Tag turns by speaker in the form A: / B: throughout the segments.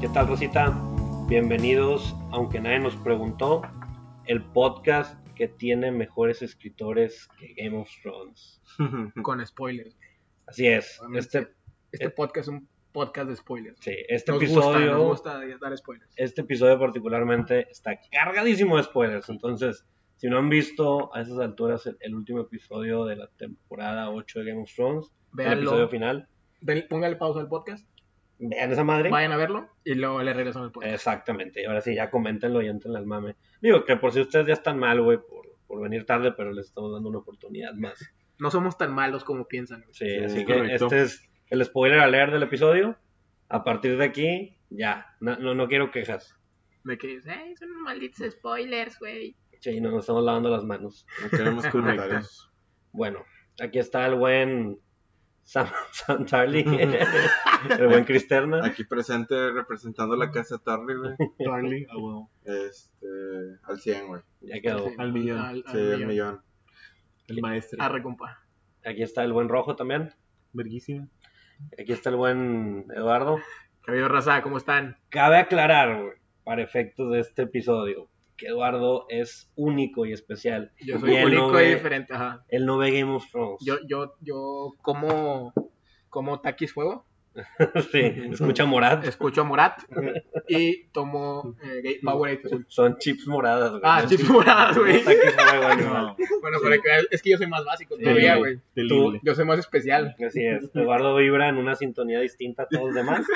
A: ¿Qué tal, Rosita? Bienvenidos, aunque nadie nos preguntó, el podcast que tiene mejores escritores que Game of Thrones.
B: Con spoilers.
A: Así es.
B: Obviamente.
A: Este,
B: Este
A: Eh.
B: podcast es un podcast de spoilers.
A: sí, este
B: nos
A: episodio.
B: gusta, nos gusta dar spoilers.
A: este episodio particularmente está cargadísimo de spoilers. Entonces, si no han visto a esas alturas el, el último episodio de la temporada 8 de Game of Thrones, el episodio
B: Véanlo.
A: final,
B: Ven- Póngale pausa al podcast.
A: vean esa madre.
B: Vayan a verlo y luego le regresan al
A: Eh.
B: podcast.
A: Exactamente. Y ahora sí, ya coméntenlo y entren al mame. Digo que por si ustedes ya están mal, güey, por, por venir tarde, pero les estamos dando una oportunidad más.
B: No somos tan malos como piensan. güey.
A: Sí,
C: Sí,
A: así
C: es
A: que
C: correcto.
A: este es el spoiler a leer del episodio. A partir de aquí, ya. No, no, no quiero quejas.
B: De que "Ay, son unos malditos spoilers, güey.
A: Sí, no, nos estamos lavando las manos.
C: No queremos comentarios.
A: Bueno, aquí está el buen Sam, Sam Tarly, el buen Cristerna.
C: Aquí presente representando la casa Tarly, güey.
D: Charlie, a huevo.
C: Este, al 100, güey.
A: Ya quedó.
B: Sí,
D: Al millón.
B: al- al
C: Sí, el
B: millón.
C: millón.
D: El maestro.
B: Arre, compa.
A: Aquí está el buen Rojo también.
D: Verguísima.
A: Aquí está el buen Eduardo.
B: Cabello raza, ¿cómo están?
A: Cabe aclarar, güey, para efectos de este episodio, que Eduardo es único y especial.
B: Yo soy
A: Bien,
B: único
A: hombre.
B: y diferente. Ajá.
A: Él no ve Game of Thrones.
B: Yo, yo, yo como, como taquis fuego,
A: sí, escucha Morat.
B: escucho a Morat y tomo eh, Gay- Powerade azul.
A: Son chips moradas, güey.
B: Ah,
A: Son
B: chips moradas, güey.
A: Está aquí, güey, güey,
D: No,
B: Bueno, para que vean, es que yo soy más básico
A: Sí.
B: todavía, güey.
D: terrible.
B: Yo soy más especial.
A: Así es. Eduardo vibra en una sintonía distinta a todos los demás.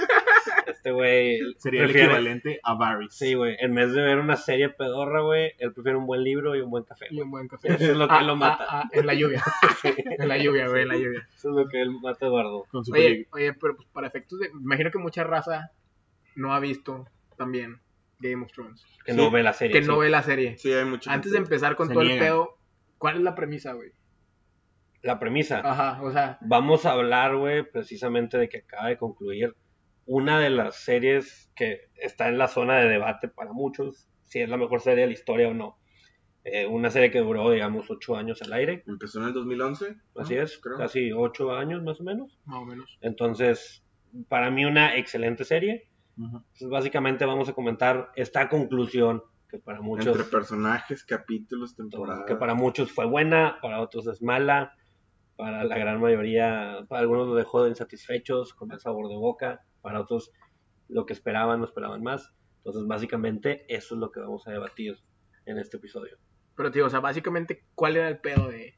A: Este güey
D: Sería el
A: prefiere-
D: equivalente a Varys.
A: Sí, güey. En vez de ver una serie pedorra, güey, él prefiere un buen libro y un buen café.
B: Y un buen
A: Eso
B: café.
A: es lo que
B: Ah,
A: lo
B: ah,
A: mata.
B: ah, en la lluvia. En la lluvia, güey, en la lluvia.
A: Eso es lo que él mata a Eduardo.
D: Con su
B: Oye,
D: peli-
B: oye, pero pues para efectos de. me Imagino que mucha raza no ha visto también Game of Thrones.
A: Que
C: Sí,
A: no ve la serie.
B: Que
A: sí.
B: no ve la serie.
C: Sí, hay mucho.
B: Antes de empezar con
D: Se
B: todo el
D: niegan.
B: pedo, ¿cuál es la premisa, güey?
A: La premisa.
B: Ajá, o sea,
A: Vamos a hablar, güey, precisamente de que acaba de concluir una de las series que está en la zona de debate para muchos, si es la mejor serie de la historia o no. Eh, una serie que duró, digamos, ocho años al aire.
C: Empezó en el 2011.
A: Así
C: ¿no?
A: es,
C: Ah, Creo.
A: casi ocho años más o menos.
B: más o menos.
A: Entonces, para mí una excelente serie.
D: Ujú.
A: Entonces, básicamente vamos a comentar esta conclusión que para muchos
C: Entre personajes, capítulos, temporadas.
A: que para muchos fue buena, para otros es mala, para la gran mayoría, para algunos lo dejó de insatisfechos, con mal sabor de boca, para otros lo que esperaban, no esperaban más. Entonces, básicamente, eso es lo que vamos a debatir en este episodio.
B: Pero, tío, o sea, básicamente, ¿cuál era el pedo de,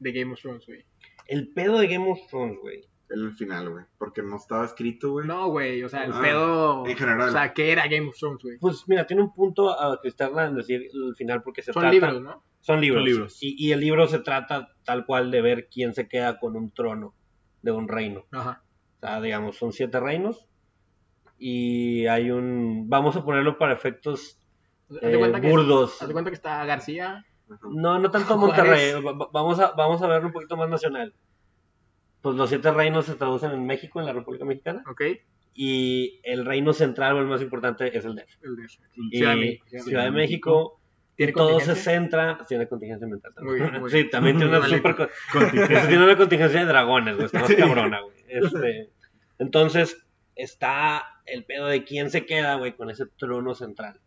B: de Game of Thrones, güey?
A: El pedo de Game of Thrones, güey.
C: El final, güey. Porque no estaba escrito, güey.
B: No, güey, o sea, el
C: Ah,
B: pedo.
C: en general.
B: O sea, ¿qué era Game of Thrones, güey?
A: Pues mira, tiene un punto a Cristerna en decir el final porque se
B: Son
A: trata...
B: libros, ¿no?
A: Son libros.
D: Son libros.
A: Y, y el libro se trata tal cual de ver quién se queda con un trono de un reino.
B: Ajá.
A: O sea, digamos, son siete reinos. Y hay un. Vamos a ponerlo para efectos
B: Haz
A: eh,
B: de cuenta que-
A: burdos.
B: Haz de cuenta que está García.
C: Ajá.
A: No, no tanto
B: Juárez.
A: Monterrey. va- va- Vamos a, vamos a verlo un poquito más nacional. Pues los siete reinos se traducen en México, en la República Mexicana.
B: Ok.
A: Y el reino central, o el más importante, es el DF.
B: El de-
A: Y
B: Ciudad de México.
A: Ciudad de México.
B: ¿Tiene
A: todo se
B: contingencia?
A: centra. Tiene contingencia mental también.
B: Muy bien, muy
A: Sí, también tiene una
B: Vale.
A: super. co- Eso
D: Conti-
A: tiene una contingencia de dragones, güey. Está más cabrona, güey. Este, entonces, está el pedo de quién se queda, güey, con ese trono central.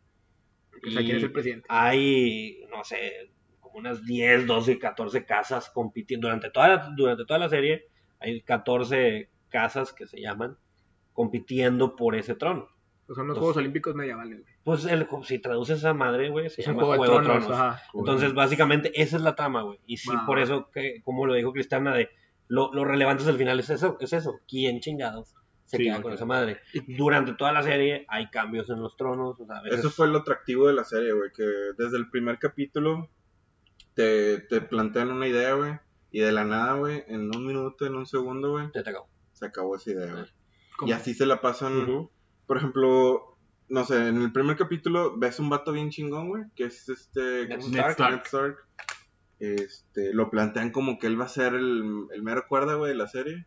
B: O sea, ¿quién es el presidente?
A: Hay, no sé, como unas 10, 12, 14 casas compitiendo. Durante toda la, durante toda la serie, hay 14 casas que se llaman compitiendo por ese trono.
B: Pues son los
A: Los-
B: Juegos Olímpicos medievales, güey.
A: Pues el, si traduces esa madre, güey, se
B: Es un
A: llama
B: juego de
A: Juego de
B: tronos,
A: Tronos.
B: ajá.
A: Entonces, básicamente, esa es la trama, güey. Y sí,
B: Va.
A: por eso, que, como lo dijo Cristiana, de lo, lo relevante del final es eso, es eso. ¿Quién chingados se
D: Sí,
A: queda
D: ok.
A: con esa madre? Durante toda la serie hay cambios en los tronos, o sea, a veces-
C: Eso fue lo atractivo de la serie, güey, que desde el primer capítulo te, te plantean una idea, güey, y de la nada, güey, en un minuto, en un segundo, güey,
A: Ya te acabo.
C: se acabó esa idea, güey.
B: ¿Cómo?
C: Y así se la pasan,
A: Ujú.
C: por ejemplo, no sé, en el primer capítulo ves un vato bien chingón, güey, que es este...
A: Ned
C: ¿cómo se
A: Stark.
C: llama?
D: Ned Stark.
C: Ned Stark. Este, lo plantean como que él va a ser el, el mero cuerda, güey, de la serie,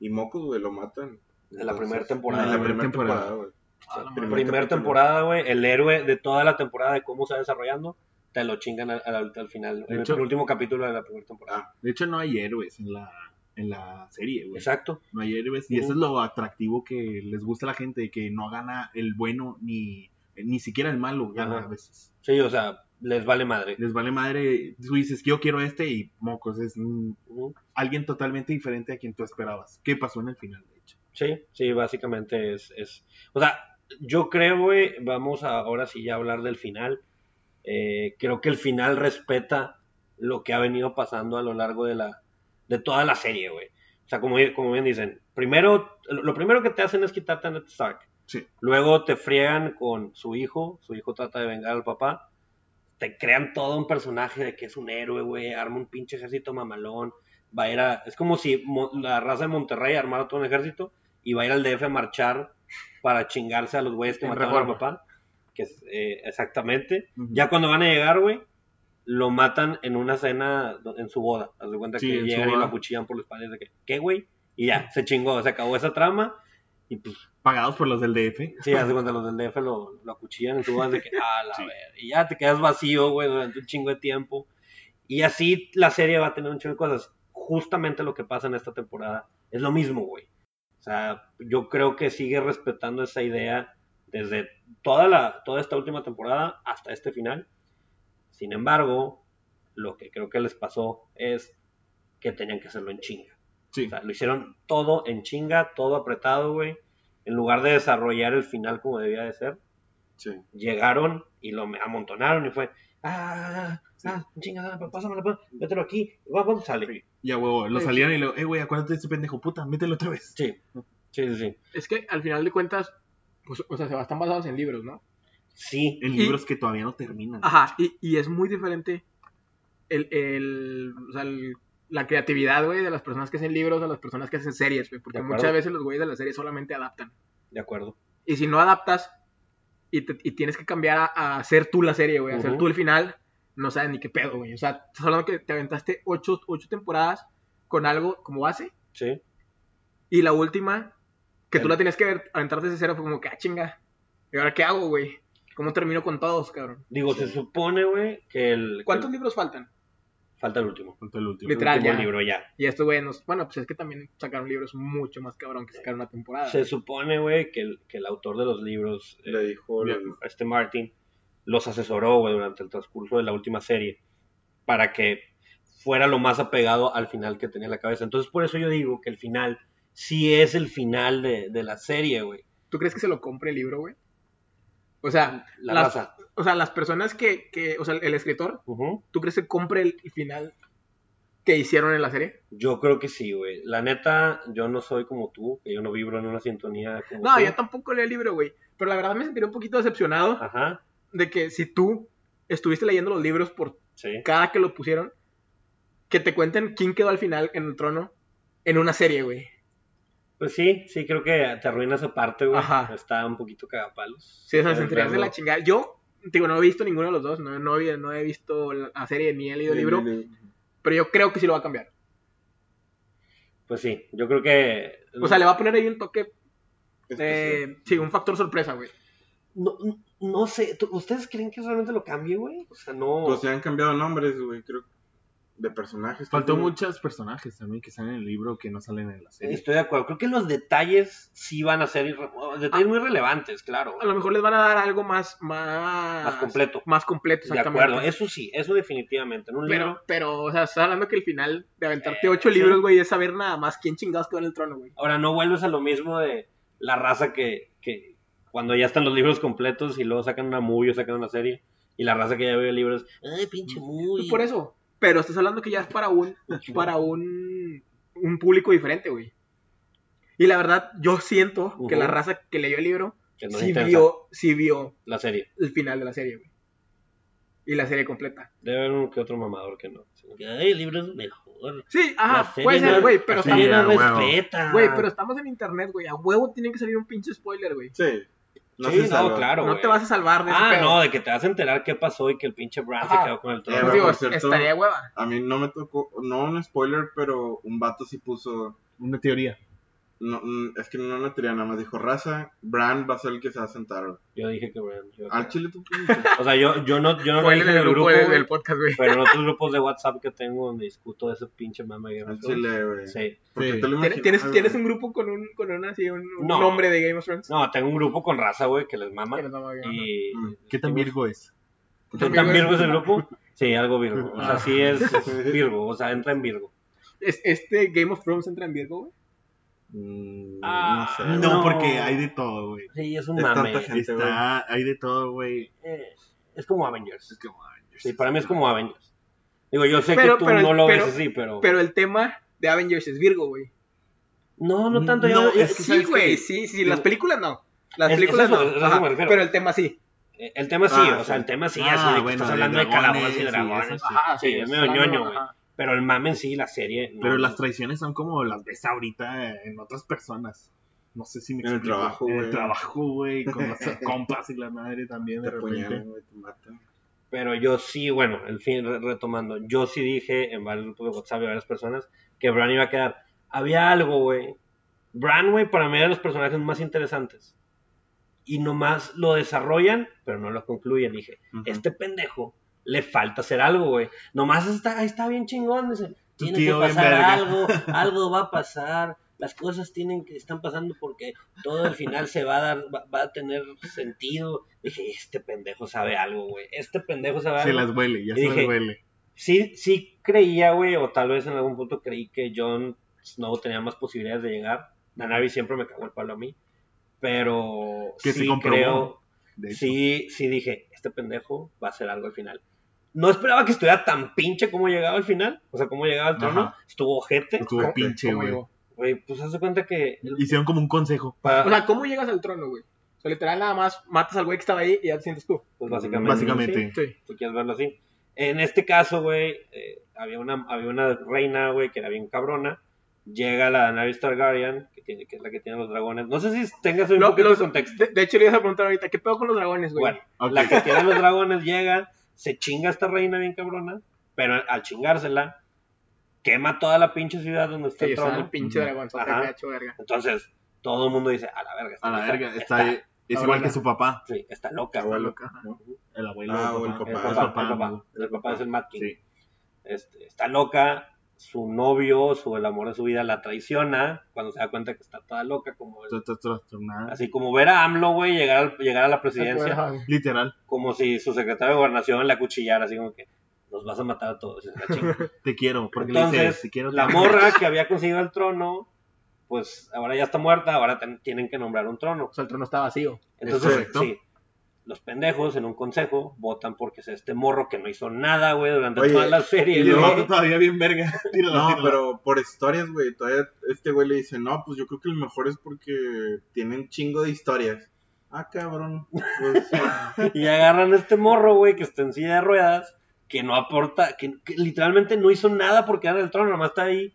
C: y Mocos, güey, lo matan.
A: En la primera
C: En
A: temporada.
C: la
A: güey.
C: primera temporada, güey.
B: Ah, la
A: Primer
B: madre.
A: Primer temporada, güey, el héroe de toda la temporada de cómo se va desarrollando, te lo chingan al, al- al final, en el
D: hecho-
A: último capítulo de la primera temporada.
C: Ah,
D: De hecho, no hay héroes en la en la serie, güey.
A: Exacto.
D: No hay héroes. Y eso es lo atractivo que les gusta a la gente, que no gana el bueno ni, ni siquiera el malo, gana
A: Ajá.
D: a veces.
A: Sí, o sea, les vale madre.
D: Les vale madre, tú dices, yo quiero este y mocos, es mm,
A: Ujú.
D: alguien totalmente diferente a quien tú esperabas. ¿Qué pasó en el final, de hecho?
A: Sí, sí, básicamente es, es... O sea, yo creo, güey, vamos a, ahora sí ya a hablar del final. Eh, creo que el final respeta lo que ha venido pasando a lo largo de la de toda la serie, güey. O sea, como, como bien dicen, primero, lo lo primero que te hacen es quitarte a Ned Stark.
D: Sí.
A: Luego te friegan con su hijo, su hijo trata de vengar al papá. Te crean todo un personaje de que es un héroe, güey, arma un pinche ejército mamalón. Va a ir a... Es como si mo- la raza de Monterrey armara todo un ejército y va a ir al DF a marchar para chingarse a los güeyes que
B: En
A: mataron al
B: Reforma.
A: papá. Que es, eh, exactamente. Ya cuando van a llegar, güey, lo matan en una cena, do- en su boda. Haz de cuenta
D: Sí,
A: que
D: en su
A: llegan y lo
D: boda.
A: acuchillan por la espalda. y de que, ¿Qué, güey? Y ya, se chingó, se acabó esa trama. Y pues,
D: Pagados por los del DF.
A: sí, haz de cuenta, los del DF lo, lo acuchillan en su boda. de que, a la
D: Sí.
A: ver. Y ya te quedas vacío, güey, durante un chingo de tiempo. Y así la serie va a tener un chingo de cosas. Justamente lo que pasa en esta temporada es lo mismo, güey. O sea, yo creo que sigue respetando esa idea desde toda, la, toda esta última temporada hasta este final. Sin embargo, lo que creo que les pasó es que tenían que hacerlo en chinga.
D: Sí.
A: O sea, lo hicieron todo en chinga, todo apretado, güey. En lugar de desarrollar el final como debía de ser,
C: Sí.
A: llegaron y lo me- amontonaron y fue, ah, ah, chinga, pásamelo, pá- mételo aquí, vamos, sale. Sí.
D: Y a huevo, lo
B: Sí,
D: salían y lo, eh, güey, acuérdate de este pendejo, puta, mételo otra vez.
A: Sí, sí, sí.
B: Es que al final de cuentas, pues, o sea, se están basados en libros, ¿no?
A: Sí,
D: En
B: Y-
D: libros que todavía no terminan.
B: Ajá, y, y es muy diferente el, el, o sea, el- la creatividad, güey, de las personas que hacen libros a las personas que hacen series, güey. Porque
A: De acuerdo.
B: muchas veces los güeyes de las series solamente adaptan.
A: de acuerdo.
B: Y si no adaptas y, te- y tienes que cambiar a, a hacer tú la serie, güey, a hacer
A: Ujú.
B: tú el final, no sabes ni qué pedo, güey. O sea, estás hablando que te aventaste ocho, ocho temporadas con algo como base
A: Sí,
B: y la última, que tú
A: El-
B: la tienes que ver, aventar desde cero, fue como que, ah, chinga, ¿y ahora qué hago, güey? ¿Cómo termino con todos, cabrón?
A: digo, se supone, güey, que el... que
B: ¿Cuántos
A: el-
B: libros faltan?
A: Falta el último.
D: Falta el último.
B: Literal,
A: último
B: ya.
A: libro ya.
B: Y estos güeyes, nos- bueno, pues es que también sacaron libros mucho más cabrón que sacaron una temporada.
A: Se supone, güey, que el, que el autor de los libros, eh,
C: Le dijo.
D: Ya.
C: el-
A: este Martin, los asesoró, güey, durante el transcurso de la última serie, para que fuera lo más apegado al final que tenía en la cabeza. Entonces, por eso yo digo que el final sí es el final de, de la serie, güey.
B: ¿Tú crees que se lo compre el libro, güey? O sea,
A: La
B: las-
A: raza.
B: o sea, las personas que, que, o sea, el escritor,
A: Ujú.
B: ¿Tú crees que compre el final que hicieron en la serie?
A: Yo creo que sí, güey. La neta, yo no soy como tú, que yo no vibro en una sintonía como
B: No,
A: tú.
B: yo tampoco leí el libro, güey. Pero la verdad me sentiría un poquito decepcionado
A: Ajá,
B: de que si tú estuviste leyendo los libros por
A: sí.
B: cada que lo pusieron, que te cuenten quién quedó al final en el trono en una serie, güey.
A: Pues sí, sí, creo que te arruina esa parte, güey.
B: Ajá.
A: Está un poquito cagapalos.
B: Sí, o sea,
A: Puedes
B: sentirías de
A: verlo.
B: la chingada. Yo, digo, no he visto ninguno de los dos. No, no, he- no he visto la serie ni he leído el libro. Pero yo creo que sí lo va a cambiar.
A: Pues sí, yo creo que...
B: O sea, le va a poner ahí un toque,
C: Especial.
B: eh, sí, un factor sorpresa, güey.
A: No, no sé, ¿tú- ¿ustedes creen que realmente lo cambie, güey? O sea, no. eh,
C: Pues se han cambiado nombres, güey, creo. De personajes.
D: Faltó
C: creo.
D: muchos personajes también que salen en el libro que no salen en la serie.
A: Estoy de acuerdo. Creo que los detalles sí van a ser irre- oh, detalles muy relevantes, claro.
B: A lo mejor les van a dar algo más, más,
A: Más completo.
B: Más completo,
A: De
B: exactamente.
A: acuerdo, eso sí, eso definitivamente. En un libro.
B: Pero, pero, o sea, estás hablando que el final de aventarte
A: Eh,
B: ocho
A: sí.
B: libros, güey, es saber nada más quién chingados quedó en el trono, güey.
A: Ahora no vuelves a lo mismo de la raza que, que cuando ya están los libros completos y luego sacan una movie o sacan una serie y la raza que ya vio el libro es, ay, pinche movie.
B: Por eso. Pero estás hablando que ya es para un, para un, un público diferente, güey. Y la verdad, yo siento
A: Ujú.
B: que la raza que leyó el libro
A: Que no
B: sí
A: intensa
B: vio, sí vio
A: la serie.
B: el final de la serie, güey. Y la serie completa.
A: Debe haber uno que otro mamador que no. Ay, el libro es mejor.
B: Sí,
A: La
B: ajá,
A: serie
B: puede
A: no-
B: ser, güey, pero
A: la
D: sí,
B: estamos,
A: serie no
D: a huevo.
A: respeta.
B: güey, pero estamos en internet, güey. A huevo tiene que salir un pinche spoiler, güey.
C: Sí. No
A: sí,
C: se
A: no,
C: salva.
A: claro.
B: no
A: güey.
B: te vas a salvar de ese
A: Ah,
B: pedo.
A: no, de que te vas a enterar qué pasó y que el pinche Bran se
B: Ajá.
A: quedó con el
C: Eh,
A: trono.
B: Pues
C: güey,
B: digo,
C: por cierto-
B: estaría de hueva.
C: A mí no me tocó, no un spoiler, pero un vato sí puso
D: Una teoría.
C: no, mm, es que no una teoría, nada más dijo raza, Bran va a ser el que se va a sentar. güey.
A: Yo dije que Bran. yo-
C: Al chile tú.
A: O sea, yo, yo no, yo no lo
B: Fue el
A: dije
B: del grupo de-
A: güey,
B: del podcast, güey.
A: pero en otros grupos de WhatsApp que tengo donde discuto de ese pinche mame de Game
C: Al
A: of Thrones.
C: chile, güey.
A: Sí.
C: Porque
D: Sí.
C: te lo
B: ¿Tienes,
C: imaginas,
B: tienes,
C: güey.
B: tienes un grupo con un, con un, así, un, un
A: No.
B: nombre de Game of Thrones?
A: No, tengo un grupo con raza, güey, que les mama.
B: Que nos vamos a llamar.
A: Y...
C: Mm.
D: ¿Qué tan Virgo es?
A: ¿Tú
B: ¿Tan
A: ¿Tan
B: Virgo
A: Virgo
B: es?
A: es el grupo? Sí, algo Virgo. O sea, sí es, es Virgo. O sea, entra en Virgo.
B: ¿Es- ¿Este Game of Thrones entra en Virgo, güey?
C: Mm,
A: Ah,
C: no sé.
D: No,
C: güey.
A: no.
D: porque hay de todo, güey.
A: Sí, es un
C: Es
A: mame.
C: tanta gente. güey.
D: Está, hay de todo, güey.
A: Eh, es como Avengers.
D: Es como Avengers.
A: Sí, para mí es como Avengers. Digo, yo sé
B: Pero-
A: que tú
B: pero-
A: no lo
B: pero-
A: ves así, pero...
B: Pero el tema de Avengers es Virgo, güey. Ah,
A: No, no tanto.
D: No,
A: yo-
D: es
B: Sí,
D: que sabes
B: güey,
D: que-
B: sí, sí, las películas no. Las
A: Es- es
B: películas
A: eso,
B: no.
A: es eso
B: ajá,
A: me refiero.
B: pero el tema sí.
A: eh, el tema sí,
C: Ah,
A: o sea,
C: sí.
A: el tema sí,
D: Ah,
A: así de que
D: bueno,
A: estás
D: de
A: hablando de
D: dragones
A: calabozos y
D: y
A: dragones.
D: eso, sí.
A: Ajá, sí, es medio
B: claro,
A: ñoño, güey.
B: ajá.
A: Pero el mame en sí, la serie... no.
D: Pero las traiciones son como las ves ahorita en otras personas. No sé si me
C: En el
D: explico.
C: trabajo,
D: En el
C: güey.
D: trabajo, güey. Con las compas y la madre también
C: Te
D: de repente.
C: apuñalan, güey, te matan.
A: Pero yo sí, bueno, en fin, re- retomando, yo sí dije en varios grupos de WhatsApp y varias personas que Bran iba a quedar. Había algo, güey. Bran, güey, para mí era de los personajes más interesantes. Y nomás lo desarrollan, pero no lo concluyen. Dije,
C: Ujú.
A: este pendejo le falta hacer algo, güey. Nomás está, ahí está bien chingón. Dice,
D: Tu
A: tiene que
D: tío bien
A: pasar
D: verga".
A: algo, algo va a pasar. Las cosas tienen que están pasando porque todo al final se va a dar, va, va a tener sentido. Dije, este pendejo sabe algo, güey. Este pendejo sabe
D: Se
A: algo.
D: las huele, ya
A: Y
D: se
A: dije,
D: las huele.
A: Sí, sí creía, güey, o tal vez en algún punto creí que Jon Snow tenía más posibilidades de llegar. Daenerys siempre me cagó el palo a mí. Pero
D: Que se
A: sí
D: comprobó.
A: creo,
D: De hecho.
A: sí, sí dije, este pendejo va a hacer algo al final. No esperaba que estuviera tan pinche como llegaba al final, o sea, como llegaba al trono,
D: Ajá.
A: estuvo ojete,
D: Estuvo
C: Como-
D: pinche,
B: ¿Cómo
D: güey.
B: llegó?
A: güey, pues hace cuenta que... el-
D: Hicieron como un consejo.
A: pa-
B: O sea, ¿cómo llegas al trono, güey? O sea, literal, nada más matas al güey que estaba ahí y ya te sientes tú.
A: pues básicamente...
D: Básicamente.
B: Sí.
A: tú quieres verlo así. En este caso, güey, eh, había, una, había una reina, güey, que era bien cabrona. Llega la Daenerys Targaryen, que, tiene, que es la que tiene los dragones. No sé si tengas un
B: Lo-
A: poquito
B: los-
A: de contexto.
B: De, de hecho, le ibas a preguntar ahorita, ¿qué pedo con los dragones, güey?
A: Bueno,
D: Ok.
A: la que tiene los dragones llega, se chinga a esta reina bien cabrona, pero al chingársela, quema toda la pinche ciudad donde está
B: Sí,
A: el
B: o sea, el
A: trono.
B: pinche
D: Ujú.
B: dragón,
A: Ajá.
B: cacho, verga.
A: Entonces, todo el mundo dice, a la verga. esta
D: A la
A: vieja
D: verga. Está, es igual
B: Cabrona.
D: que su papá.
A: sí, está loca.
C: Está
A: El
C: loca, ¿no?
D: El abuelo.
C: Ah, o el
A: papá,
C: papá,
A: el papá, el papá, el papá es el Mad King.
D: Sí.
A: este, está loca, su novio, su el amor de su vida la traiciona cuando se da cuenta que está toda loca, como
D: Está- está trastornada.
A: así como ver a AMLO, güey, llegar, al- llegar a la presidencia,
B: Ajá.
D: Literal.
A: como si su secretario de gobernación la acuchillara, así como que nos vas a matar a todos. y se la chinga.
D: Te quiero. Porque le
A: Entonces,
D: dices, te quiero.
A: la
D: te-
A: morra que había conseguido el trono, pues ahora ya está muerta, ahora ten- tienen que nombrar un trono.
B: O sea, el trono está vacío.
A: Entonces,
D: correcto.
A: sí, los pendejos en un consejo votan porque es este morro que no hizo nada, güey, durante
C: Oye,
A: toda la serie.
D: Y el
A: güey.
D: vato todavía bien verga. Tírala,
C: No,
D: tírala.
C: pero por historias, güey. Todavía este güey le dice, no, pues yo creo que el mejor es porque tienen chingo de historias. Ah, cabrón. Pues,
A: Y agarran a este morro, güey, que está en silla de ruedas, que no aporta, que, que literalmente no hizo nada por quedar en el trono, nomás está ahí.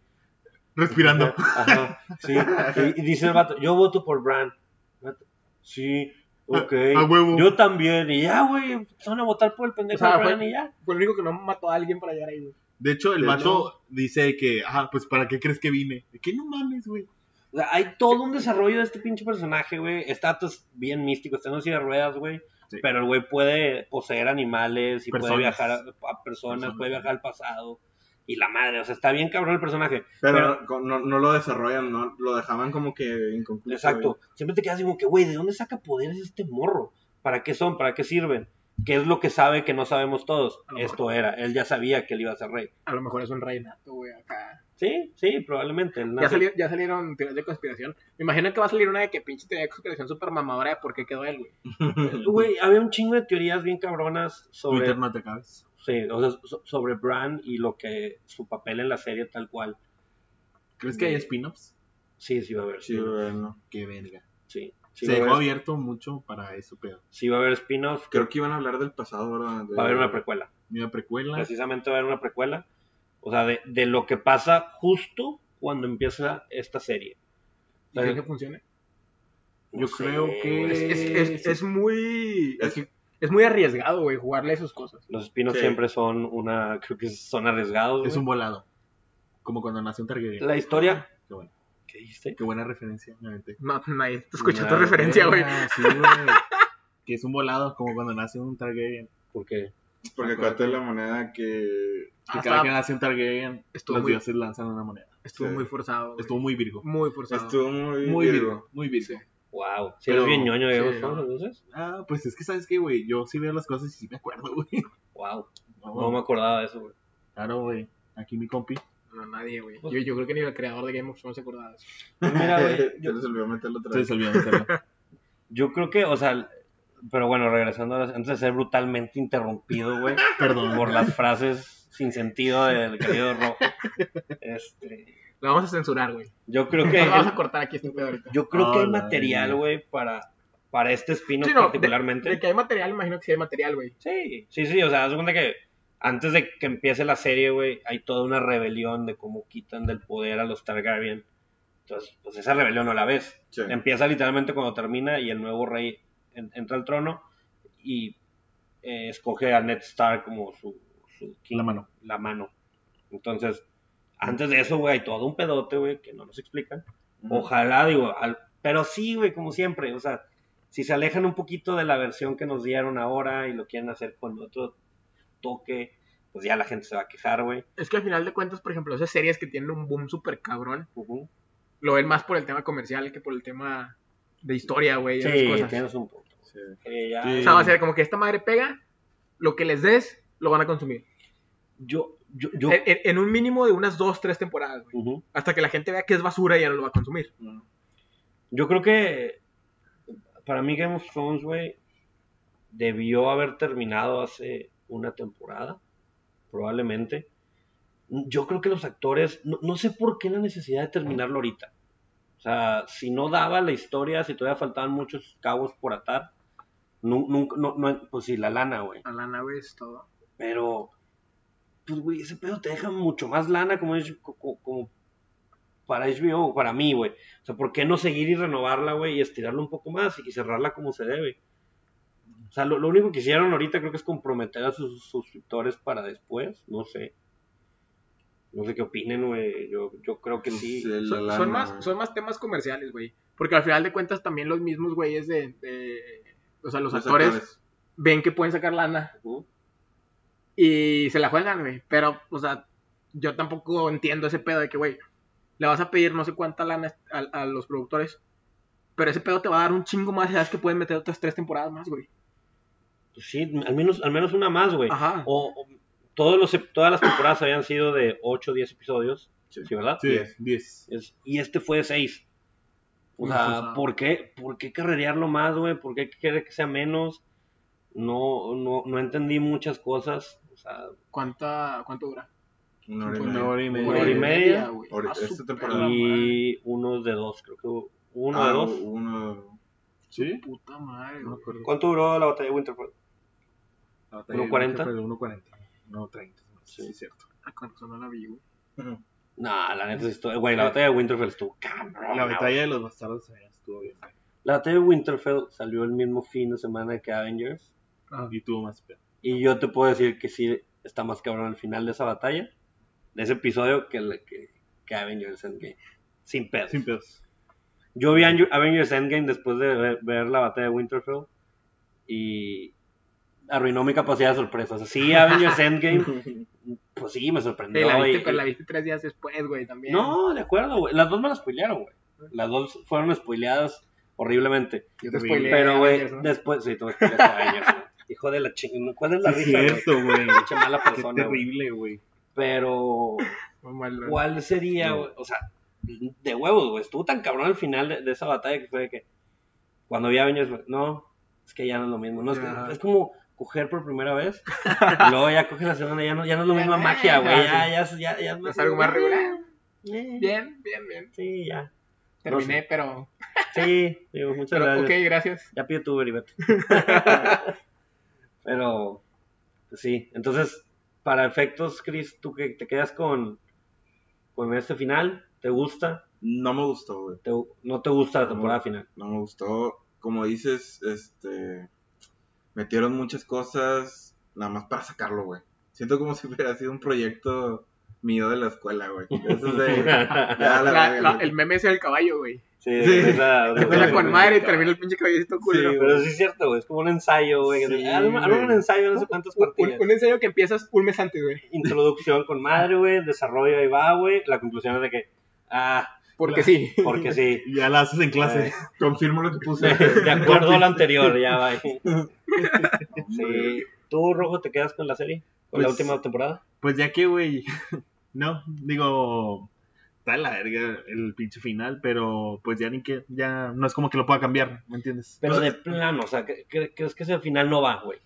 D: Respirando.
A: Ajá, sí. Y, y dice el vato, yo voto por Bran. Vato, Sí, ok.
D: A- a huevo.
A: Yo también. Y ya, güey, se van a votar por el pendejo
B: O sea,
A: de Bran
B: fue-
A: y ya.
B: Fue el único que no mató a alguien para llegar ahí, güey.
D: De hecho, el
C: De
D: vato dice que, ah, pues, ¿para qué crees que vine? De que no mames, güey.
A: O sea, hay todo un desarrollo de este pinche personaje, güey. Está pues, bien místico, está en una silla de ruedas, güey.
D: Sí.
A: Pero el güey puede poseer animales y puede
D: Personas.
A: viajar a, a personas,
D: Personas.
A: puede viajar al pasado. Y la madre, o sea, está bien cabrón el personaje.
C: pero con- no, no lo desarrollan, no lo dejaban como que inconcluso.
A: Exacto. Siempre te quedas así como que, güey, ¿de dónde saca poderes este morro? ¿Para qué son? ¿Para qué sirven? ¿Qué es lo que sabe que no sabemos todos?
B: A lo mejor.
A: Esto era. Él ya sabía que él iba a ser rey.
B: A lo mejor es un rey nato, güey, acá.
A: Sí, sí, probablemente. Él
B: Ya,
A: nace-
B: sali- ya salieron teorías de conspiración. Me imagino que va a salir una de que pinche teoría de conspiración super mamadora de por qué quedó él, güey.
C: güey.
A: Güey, había un chingo de teorías bien cabronas sobre,
D: Twitter no te acabes.
A: sí, o sea, so- sobre Bran y lo que su papel en la serie tal cual.
D: ¿Crees que hay spin-offs?
A: Sí, sí va a haber.
C: Sí, güey, no.
D: Qué verga.
A: Sí, sí
D: Se
A: va,
D: dejó
A: a haber,
D: abierto mucho para eso, pero
A: sí va a haber spin-off.
C: Creo que iban a hablar del pasado, ¿verdad? De-
A: Va a haber una precuela.
D: ni una precuela.
A: precisamente va a haber una precuela, o sea, de, de lo que pasa justo cuando empieza esta serie.
B: ¿Y creen que funcione?
A: No
D: Yo
A: sé,
D: creo que-
A: güey,
B: Es, es, es, es muy.
C: Es
B: Es,
C: que-
B: es muy arriesgado, güey, jugarle a esas cosas.
A: Los espinos
C: Sí.
A: siempre son una, creo que son arriesgados.
D: Es
A: güey.
D: un volado. Como cuando nació un Targaryen.
A: La historia,
D: Qué bueno.
A: ¿Qué dijiste?
D: Qué buena referencia, me aventé.
B: No, nadie te escuchó tu
A: Nah,
B: referencia, güey.
D: Ah, Sí, güey. que es un volado, como cuando nace un Targaryen.
A: Porque
C: Porque acuérdate de la moneda que.
D: Que
B: Ah,
D: cada
B: está-
D: que nace un Targaryen,
B: Estuvo
D: los
B: muy-
D: dioses lanzan una moneda.
B: Estuvo
C: Sí.
B: muy forzado. güey.
D: Estuvo muy virgo.
B: muy forzado.
C: Estuvo muy.
D: Muy
C: virgo.
D: virgo, muy virgo.
A: Wow. Si
D: Pero-
A: eres bien ñoño de
B: sí,
A: Game of
B: no.
A: Thrones, entonces.
D: Ah, pues es que sabes que, güey, yo sí veo las cosas y sí me acuerdo, güey.
A: Wow.
D: No,
A: No me acordaba de eso, güey.
D: Claro, güey. Aquí mi compi.
B: No, nadie, güey. Yo, yo creo que ni el creador de Game of Thrones se acordaba de eso.
A: Pues Mira, güey,
C: Se
A: yo-
C: les olvidó meterlo otra
D: Se les
C: vez.
D: olvidó meterlo.
A: Yo creo que, o sea, pero bueno, regresando a las- antes de ser brutalmente interrumpido, güey,
D: Perdón.
A: por las frases sin sentido del querido Rojo. Este,
B: Lo vamos a censurar, güey.
A: yo creo que
B: Lo vamos a cortar aquí este pedo ahorita.
A: yo creo que hay
D: Hola,
A: material,
D: eh.
A: güey, para para este spin
B: Sí, no, de-
A: particularmente.
B: De que hay material, imagino que sí hay material, güey.
A: Sí, sí, sí, o sea, haz de cuenta que antes de que empiece la serie, güey, hay toda una rebelión de cómo quitan del poder a los Targaryen. Entonces, pues esa rebelión no la ves.
C: Sí.
A: Empieza literalmente cuando termina y el nuevo rey en- entra al trono y eh, escoge a Ned Stark como su, su king,
D: La mano.
A: la mano. Entonces, antes de eso, güey, hay todo un pedote, güey, que no nos explican. Ojalá, digo, al- pero sí, güey, como siempre, o sea, si se alejan un poquito de la versión que nos dieron ahora y lo quieren hacer con otro toque, pues ya la gente se va a quejar, güey.
B: Es que al final de cuentas, por ejemplo, esas series que tienen un boom súper cabrón,
A: Ujú.
B: lo ven más por el tema comercial que por el tema de historia, güey. y esas
A: Sí,
B: cosas.
A: tienes un punto.
C: Sí.
A: Eh, ya-
C: Sí.
B: O sea, va a ser como que esta madre pega, lo que les des, lo van a consumir.
A: Yo, yo, yo,
B: En, en- en un mínimo de unas dos, tres temporadas, güey.
A: ujú.
B: Hasta que la gente vea que es basura y ya no lo va a consumir.
C: Mm.
A: Yo creo que para mí Game of Thrones, güey, debió haber terminado hace una temporada, probablemente. Yo creo que los actores, no, no sé por qué la necesidad de terminarlo ahorita. O sea, si no daba la historia, si todavía faltaban muchos cabos por atar, nu- nunca, no, no- pues sí, la lana, güey.
B: A la nave es todo.
A: Pero, pues, güey, ese pedo te deja mucho más lana como, es- co- co- como para HBO, o para mí, güey. O sea, ¿por qué no seguir y renovarla, güey, y estirarla un poco más y cerrarla como se debe? O sea, lo, lo único que hicieron ahorita creo que es comprometer a sus suscriptores para después, no sé. No sé qué opinen, güey. Yo, yo creo que
C: Pues,
A: sí.
C: el- la
B: Son,
C: lana,
B: son más,
C: güey.
B: son más temas comerciales, güey. Porque al final de cuentas también los mismos güeyes de, de- O sea, los, actores, ven que pueden sacar lana
A: Ujú.
B: y se la juegan, güey. Pero, o sea, yo tampoco entiendo ese pedo de que, güey, le vas a pedir no sé cuánta lana a, a los productores. Pero ese pedo te va a dar un chingo más y sabes que pueden meter otras tres temporadas más, güey.
A: Pues sí, al menos, al menos una más, güey.
B: Ajá.
A: O, o- todos los, ep- todas las temporadas habían sido de 8 o 10 episodios,
C: Sí.
A: ¿sí, verdad?
D: Sí, 10.
A: Es- y este fue de 6. O
B: Muy
A: sea,
B: forzado.
A: ¿por qué, ¿por qué carrerearlo más, güey? ¿Por qué querer que sea menos? No, no, no entendí muchas cosas. O sea,
B: ¿Cuánta, ¿Cuánto dura? Pues,
C: Una hora y
B: Una
C: media.
D: hora y media.
A: Una hora y media.
B: güey.
C: Ahora-
B: Ah,
C: esta
B: su
C: temporada.
B: perra madre.
A: y unos de dos, creo que hubo uno
C: Ah,
A: de dos.
C: Uno.
D: ¿Sí?
B: Puta madre,
D: No me
B: güey.
D: acuerdo.
A: ¿Cuánto duró la batalla de Winterfell?
D: No, está
A: ¿Uno
D: bien,
A: cuarenta?
D: creo que fue de 1.40. No, 30. Sí,
A: Sí.
D: cierto.
B: Ah, con razón no la vi, güey.
A: Nah, la neta sí estuvo. Güey, la batalla de Winterfell estuvo cabrón.
D: La batalla de los bastardos también estuvo bien.
A: La batalla de Winterfell salió el mismo fin de semana que Avengers.
D: Y tuvo más pedo.
A: Y yo te puedo decir que sí está más cabrón el final de esa batalla, de ese episodio, que, el- que, que Avengers Endgame. Sin pedos.
D: Sin pedos.
A: Yo vi Ange- Avengers Endgame después de ver, ver la batalla de Winterfell y arruinó mi capacidad de sorpresa. O sea, sí, Avengers Endgame, pues sí, me
B: Sí,
A: sorprendió.
B: la viste,
A: y-
B: pero la viste tres días después, güey, también.
A: No, de acuerdo, güey. Las dos me las spoilearon, güey. Las dos fueron spoileadas horriblemente.
B: Yo te
D: Terrible.
B: spoileé,
A: Pero, güey,
B: Avengers, ¿no?
A: después... Sí, tú me spoileaste Avengers, güey. Hijo de la chingada. ¿Cuál es la
D: Sí,
A: risa, güey?
D: güey.
A: Pinche mala
D: Qué
A: persona, güey.
D: terrible, güey.
A: Pero...
B: Muy mal, güey.
A: ¿Cuál sería,
D: No.
A: güey? O sea, de huevos, güey. Estuvo tan cabrón al final de, de esa batalla que fue de que cuando vi a Avengers, güey, no, es que ya no es lo mismo. No, es, que-
B: Ajá.
A: es como coger por primera vez, y luego ya coges la segunda, ya no, ya no es lo
B: Ya
A: mismo
B: no,
A: magia, güey.
B: ya,
A: Ya, ya, es- ya, ya
B: Es algo más regular.
A: Eh,
B: Bien, bien, bien.
A: Sí, ya.
B: Terminé, pero,
A: Sí, digo, muchas
B: pero
A: gracias.
B: ok, gracias.
A: Ya pide tu Uber y vete. Pero, pues sí. Entonces, para efectos, Chris, tú que te quedas con, con este final, ¿te gusta?
C: No me gustó, güey.
A: te- no te gusta la temporada
C: No.
A: final.
C: No me gustó. Como dices, este. Metieron muchas cosas nada más para sacarlo, güey. Siento como si hubiera sido un proyecto mi yo de la escuela, güey. Eso es de.
B: La-
C: Ya, la verga,
B: la-
C: güey.
B: el meme es el caballo, güey.
A: Sí,
C: Sí.
A: empieza-
B: Empieza con madre y termina el pinche caballito culero.
A: Sí, pero sí es cierto, güey. Es como un ensayo, güey.
C: Sí,
A: Arma
C: güey.
A: un ensayo, no sé cuántas
B: Un- un,
A: partidas.
B: un ensayo que empiezas un mes antes, güey.
A: Introducción con madre, güey. Desarrollo, ahí va, güey. La conclusión es de que, ah,
B: Porque sí.
A: porque sí.
D: Ya la haces en clase.
C: Confirmo lo que puse.
A: De acuerdo a lo anterior, ya va. Sí. ¿Tú, Rojo, te quedas con la serie? ¿Con la
D: Pues-
A: última temporada?
D: Pues ya que, güey. No, digo. Está de la verga el pinche final, pero pues ya ni que. Ya no es como que lo pueda cambiar, ¿me entiendes?
A: Pero
C: Pues-
A: de plano, o sea, ¿cre- cre- ¿crees que ese final no va, güey?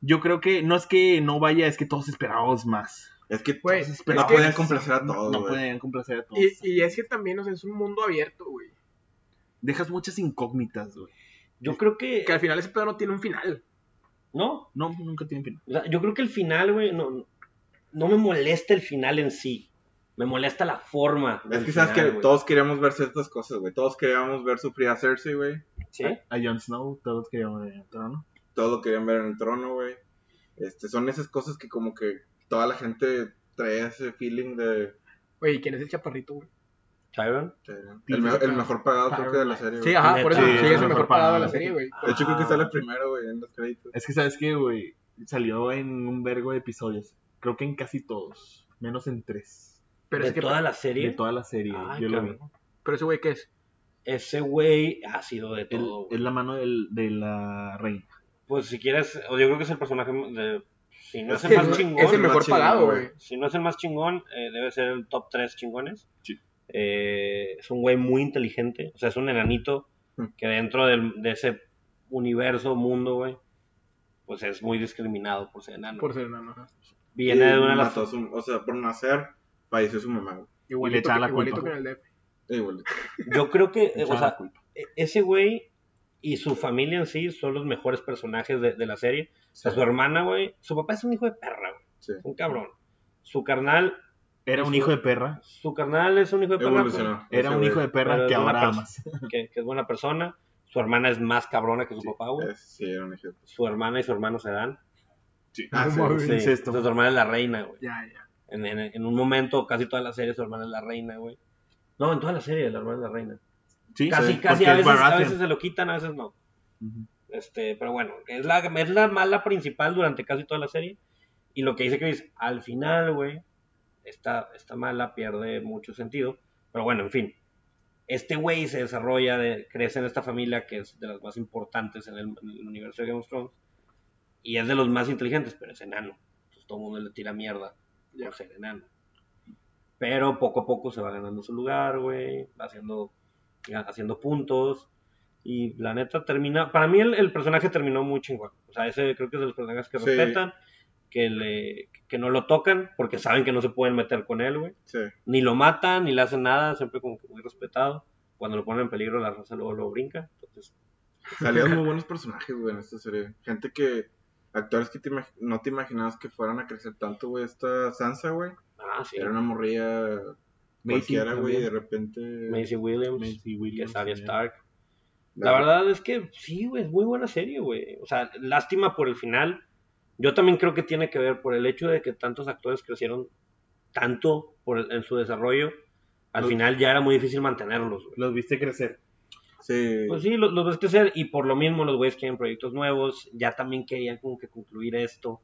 D: Yo creo que no es que no vaya, es que todos esperábamos más.
C: Es que
B: Güey,
C: todos
D: Pero
C: no
D: es que-
C: podían complacer a todos,
D: No
C: güey.
D: podían complacer a todos.
B: Y, y es que también, o sea, es un mundo abierto, güey.
D: Dejas muchas incógnitas, güey.
A: Yo creo que...
B: Que al final ese pedo no tiene un final.
A: No,
D: No, nunca tienen final.
A: O sea, yo creo que el final, güey, no, no me molesta el final en sí. Me molesta la forma.
C: Es
A: del
C: que sabes
A: final,
C: que
A: güey.
C: todos queríamos ver ciertas cosas, güey. Todos queríamos ver sufrir a Cersei, güey.
A: ¿Sí?
D: A Jon Snow, todos querían ver el trono.
C: Todos lo querían ver en el trono, güey. Este, son esas cosas que como que toda la gente trae ese feeling de...
B: Güey, ¿quién es el chaparrito, güey?
A: ¿Tyron?
C: de- el, me- el mejor pagado creo que de la serie,
B: Sí,
C: güey.
B: ajá,
A: Neta.
B: por eso. Sí, es el mejor pagado de la
D: pagado.
B: serie, güey.
C: De hecho creo que sale primero, güey, en los créditos.
D: Es que sabes que, güey, salió en un vergo de episodios. Creo que en casi todos, menos en tres.
B: Pero
A: de
B: es que,
A: toda la serie.
D: De toda la serie,
A: Ay,
D: yo lo vi.
A: cabrón.
B: pero ese güey, ¿qué es?
A: Ese güey ha sido de
D: El-
A: todo. güey.
D: es la mano del- de la reina.
A: Pues si quieres, o yo creo que es el personaje de- Si no es
C: Es
A: el
C: que
A: más
C: es-
A: chingón,
B: es el mejor
C: más chingón,
B: pagado,
C: güey.
B: güey.
A: si no es el más chingón, eh, debe ser el top 3 chingones.
D: Sí.
A: Eh, es un güey muy inteligente, o sea, es un enanito
C: Mm.
A: que dentro del- de ese universo, mundo, güey, pues es muy discriminado por ser enano.
B: Por ser nada más.
A: Viene de una de las...
C: Mató a su- O sea, por nacer, falleció su mamá, güey.
B: Igualito,
D: le echaba
B: que-
D: la
B: igualito
D: culpa.
B: que en el DF.
C: Eh, güey.
A: Yo creo que, eh, o
D: Echaba la
A: sea,
D: culpa.
A: e- ese güey y su familia en sí son los mejores personajes de, de la serie. O sea, su hermana, güey, su papá es un hijo de perra, güey,
C: Sí.
A: un cabrón. Su carnal,
D: Era un
A: su-
D: hijo de perra.
A: su carnal es un hijo de perra. güey.
C: Evolucionó.
D: Era
C: ese
D: un
C: güey.
D: hijo de perra
A: Pero
D: que
A: es una
D: ahora
A: persona.
D: amas.
A: que, que es buena persona. Su hermana es más cabrona que su papá, güey.
C: Es- Sí, era un hijo de...
A: Su hermana y su hermano se dan.
C: Ah, sí,
B: mames.
C: sí.
A: Sí,
D: incesto.
A: entonces su hermana es la reina, güey.
B: Ya, ya.
A: En, en- en un momento, casi toda la serie, su hermana es la reina, güey. No, en toda la serie, la hermana es la reina.
D: Sí,
A: Casi,
D: sí,
A: casi,
D: porque
A: a
D: es
A: veces, a
D: Baratheon.
A: veces se lo quitan, a veces no.
D: Ujú.
A: Este, pero bueno, es la, es la mala principal durante casi toda la serie. Y lo que dice Chris, al final, güey, esta, esta mala pierde mucho sentido. Pero bueno, en fin. Este güey se desarrolla, de- crece en esta familia que es de las más importantes en el, en el universo de Game of Thrones. Y es de los más inteligentes, pero es enano. Entonces todo el mundo le tira mierda
B: Ya.
A: por ser enano. Pero poco a poco se va ganando su lugar, güey. Va haciendo, haciendo puntos. Y la neta termina. Para mí el, el personaje terminó muy chingón. O sea, ese creo que es de los personajes que
C: Sí.
A: respetan, que, le, que no lo tocan, porque saben que no se pueden meter con él, güey.
C: Sí.
A: Ni lo matan, ni le hacen nada, siempre como que muy respetado. Cuando lo ponen en peligro, la raza luego lo brinca. Entonces,
C: Salieron muy buenos personajes, güey, en esta serie. Gente que. Actores que te imag- no te imaginabas que fueran a crecer tanto, güey. Esta Sansa, güey.
A: ah, sí.
C: Era una morrilla
D: Macy
C: cualquiera, güey. y De
D: también.
C: repente.
A: Maisie Williams,
D: Macy
A: que es
D: Williams
A: Arya
D: también.
A: Stark. La verdad es que sí, güey, es muy buena serie, güey. O sea, lástima por el final. Yo también creo que tiene que ver por el hecho de que tantos actores crecieron tanto por el- en su desarrollo. Al
D: Los-
A: final ya era muy difícil mantenerlos, güey.
D: Los viste crecer.
C: Sí.
A: Pues sí, lo- los, ves crecer y por lo mismo los güeyes quieren proyectos nuevos. Ya también querían como que concluir esto.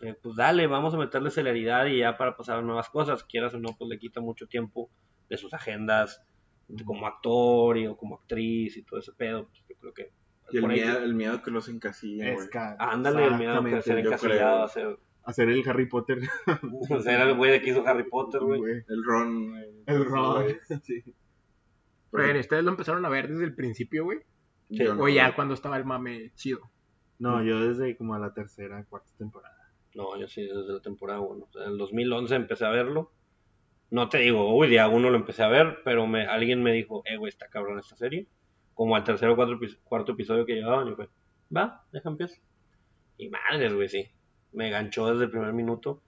A: Eh, pues dale, vamos a meterle celeridad y ya para pasar a nuevas cosas. Quieras o no, pues le quita mucho tiempo de sus agendas de como actor y, o como actriz y todo ese pedo. Pues yo creo que...
C: y el
A: por ahí-
C: miedo, el miedo que los encasillan, güey.
D: Esca-
A: Ándale, el miedo a ser
D: Exactamente.
C: yo
A: encasillado,
C: creo.
A: a ser,
D: Hacer el Harry Potter.
A: a ser el güey de que hizo Harry Potter, güey.
D: güey.
C: El Ron. güey.
D: El Ron.
C: Güey,
D: Sí.
C: porque
B: Pero ustedes lo empezaron a ver desde el principio, güey.
A: Sí.
C: yo no,
B: O ya
C: güey.
B: cuando estaba el mame chido.
D: No, yo desde como a la tercera, cuarta temporada.
A: No, yo sí, desde la temporada 1. en el 2011 empecé a verlo. No te digo, uy, día uno lo empecé a ver, pero me, alguien me dijo, eh, güey, está cabrón esta serie. Como al tercer o cuatro epi- cuarto episodio que llevaban, y fue, va, deja empiezo. Y madres, güey, sí. Me ganchó desde el primer minuto.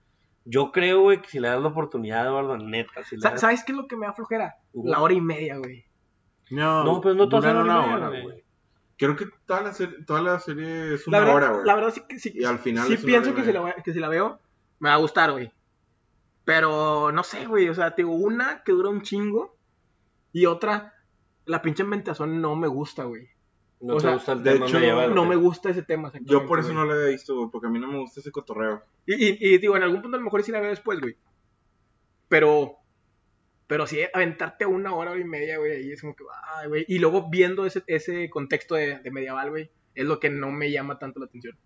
A: Yo creo, güey, que si le das la oportunidad, Eduardo, neta, si le
B: Sa-
A: das-
B: ¿Sabes qué es lo que me da flojera?
A: Ujú.
B: La hora y media, güey.
D: No,
A: No, pues no todas
D: duraron
A: son una
D: una
A: hora, güey.
D: hora, güey.
C: Creo que toda la, serie, toda la serie es
B: La
C: una
B: verdad,
C: hora, güey.
B: la verdad sí que sí,
C: Y al final
B: sí
C: es una
B: pienso
C: hora y
B: que si, la,
C: media.
B: voy- que si la veo, me va a gustar, güey. Pero no sé, güey. O sea, te digo, una que dura un chingo y otra, la pinche inventación no me gusta, güey.
A: No
B: O
A: te
B: sea,
A: gusta el
C: de
A: tema
C: hecho,
A: medieval,
B: no
A: güey.
B: me gusta ese tema.
C: Yo por eso
B: exactamente,
C: no la había visto, güey, porque a mí no me gusta ese cotorreo.
B: güey. Y, y- y, digo, en algún punto a lo mejor sí la veo después, güey. Pero, pero sí, aventarte una hora, hora y media, güey, ahí es como que, ay, güey. Y luego viendo ese, ese contexto de, de medieval, güey, es lo que no me llama tanto la atención.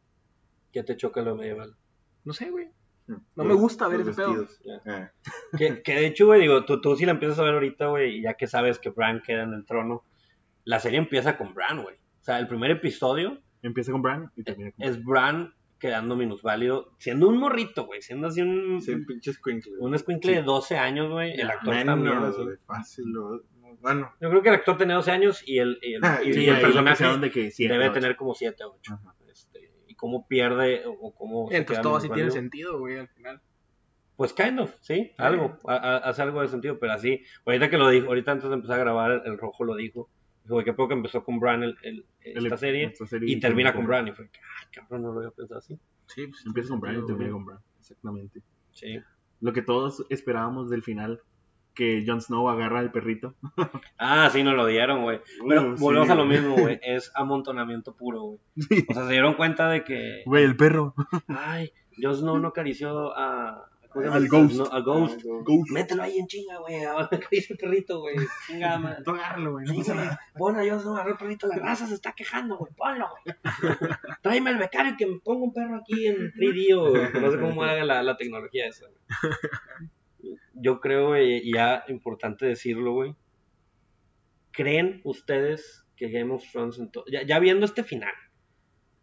A: Ya te choca lo medieval.
B: No sé, güey.
C: No
B: me gusta ver ese pedo.
A: Ya. Que, que de hecho, güey, digo, tú, tú si la empiezas a ver ahorita, güey, y ya que sabes que Bran queda en el trono, la serie empieza con Bran, güey. O sea, el primer episodio
D: Empieza con Bran y termina con
A: es Bran quedando minusválido, siendo un morrito, güey, siendo así
B: Mm,
A: un,
C: Sí, pinches cuincles.
A: un escuincle de 12 años, güey. El actor también,
C: Menos,
A: güey.
C: güey, fácil. lo- Bueno,
A: Yo creo que el actor tenía 12 años y el, y el,
C: Ah,
A: y
C: sí,
A: el
C: ahí lo
A: personaje
D: empezaron de que siete,
A: debe
D: ocho.
A: tener como 7 o 8.
D: Ajá.
A: y cómo pierde o- o cómo... se
B: Entonces
A: queda
B: todo así tiene
A: minusválido.
B: sentido, güey, al final.
A: Pues kind of, sí, algo, a- a- hace algo de sentido, pero así, ahorita que lo dijo, ahorita antes de empezar a grabar, el rojo lo dijo, dijo, güey, qué poco empezó con Bran el, el-
D: El- em-
A: esta serie
D: esta serie
A: y termina con Bran, y fue, ay, cabrón, no lo había pensado así,
B: Sí, pues,
D: Empieza con Bran y
B: sentido,
D: termina
B: güey.
D: con Bran. Exactamente.
A: sí.
D: Lo que todos esperábamos del final, que Jon Snow agarra al perrito.
A: Ah, sí, nos lo dieron, güey, pero
D: Uh, sí,
A: volvemos a lo
D: güey.
A: mismo, güey, es amontonamiento puro, güey, o sea, se dieron cuenta de que,
D: Güey, el perro.
A: ay, Jon Snow no acarició a... ¿cómo se llama?
D: Al Ghost.
A: No, al Ghost.
D: Ghost.
A: Mételo ahí en chinga, güey, ahora que dice el perrito, güey, chingada madre.
D: Tú agárralo, güey. no
A: Sí,
D: pasa
A: güey.
D: nada.
A: Pon a Jon Snow agarró el perrito, la raza se está quejando, güey. Ponlo, güey. Tráeme al becario que me ponga un perro aquí en 3D o o no sé cómo haga la, la tecnología esa. güey. Yo creo, güey, y ya importante decirlo, güey. ¿Creen ustedes que Game of Thrones, ento- ya, ya viendo este final,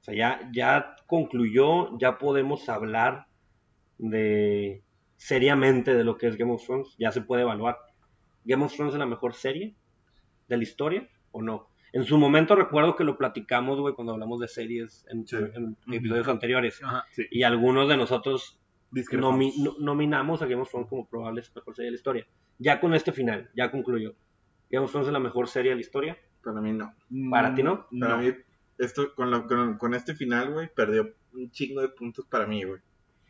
A: o sea, ya, ya concluyó, ya podemos hablar de seriamente de lo que es Game of Thrones, ya se puede evaluar. ¿Game of Thrones es la mejor serie? de la historia o no. En su momento recuerdo que lo platicamos, güey, cuando hablamos de series en,
C: Sí.
A: en episodios anteriores.
B: Ajá.
D: Sí.
A: Y algunos de nosotros
D: Discrepamos.
A: nomi- no- nominamos a Game of Thrones como probable mejor serie de la historia. Ya con este final, ya concluyó. Game of Thrones es la mejor serie de la historia.
C: Para mí no.
B: Mm,
A: Para ti, ¿no?
C: Para mí, esto, con, la- con, con este final, güey, perdió un chingo de puntos para mí, güey.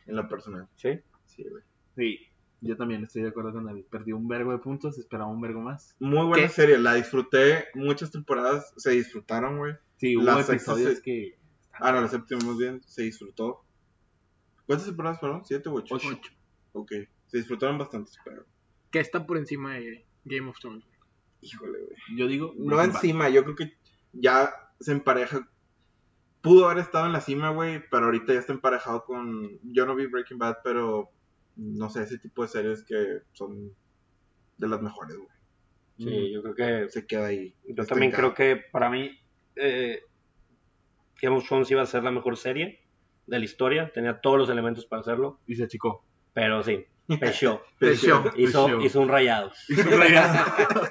C: En lo personal.
A: ¿Sí?
C: Sí, güey.
D: Sí, yo también estoy de acuerdo con David. Perdió un vergo de puntos, esperaba un vergo más.
C: Muy buena
B: ¿Qué?
C: serie, la disfruté. Muchas temporadas se disfrutaron, güey.
D: Sí, hubo
C: La sexta
D: episodios
C: se-
D: que.
C: Ah, no, la séptima más bien se disfrutó. ¿Cuántas temporadas fueron? ¿Siete u ocho?
D: Ocho.
C: Ok. Se disfrutaron bastante, pero.
B: Que está por encima de Game of Thrones.
C: Híjole, güey.
D: Yo digo.
C: No encima, yo creo que ya se empareja. Pudo haber estado en la cima, güey, pero ahorita ya está emparejado con. Yo no vi Breaking Bad, pero no sé, ese tipo de series que son de las mejores, güey.
A: Sí, yo creo que.
C: Se queda ahí.
A: Yo también creo que para mí eh, Game of Thrones iba a ser la mejor serie de la historia. Tenía todos los elementos para hacerlo,
D: Y se achicó.
A: pero sí, pecheó.
C: Pecheó.
A: Hizo,
D: Pecheó.
A: hizo un rayados.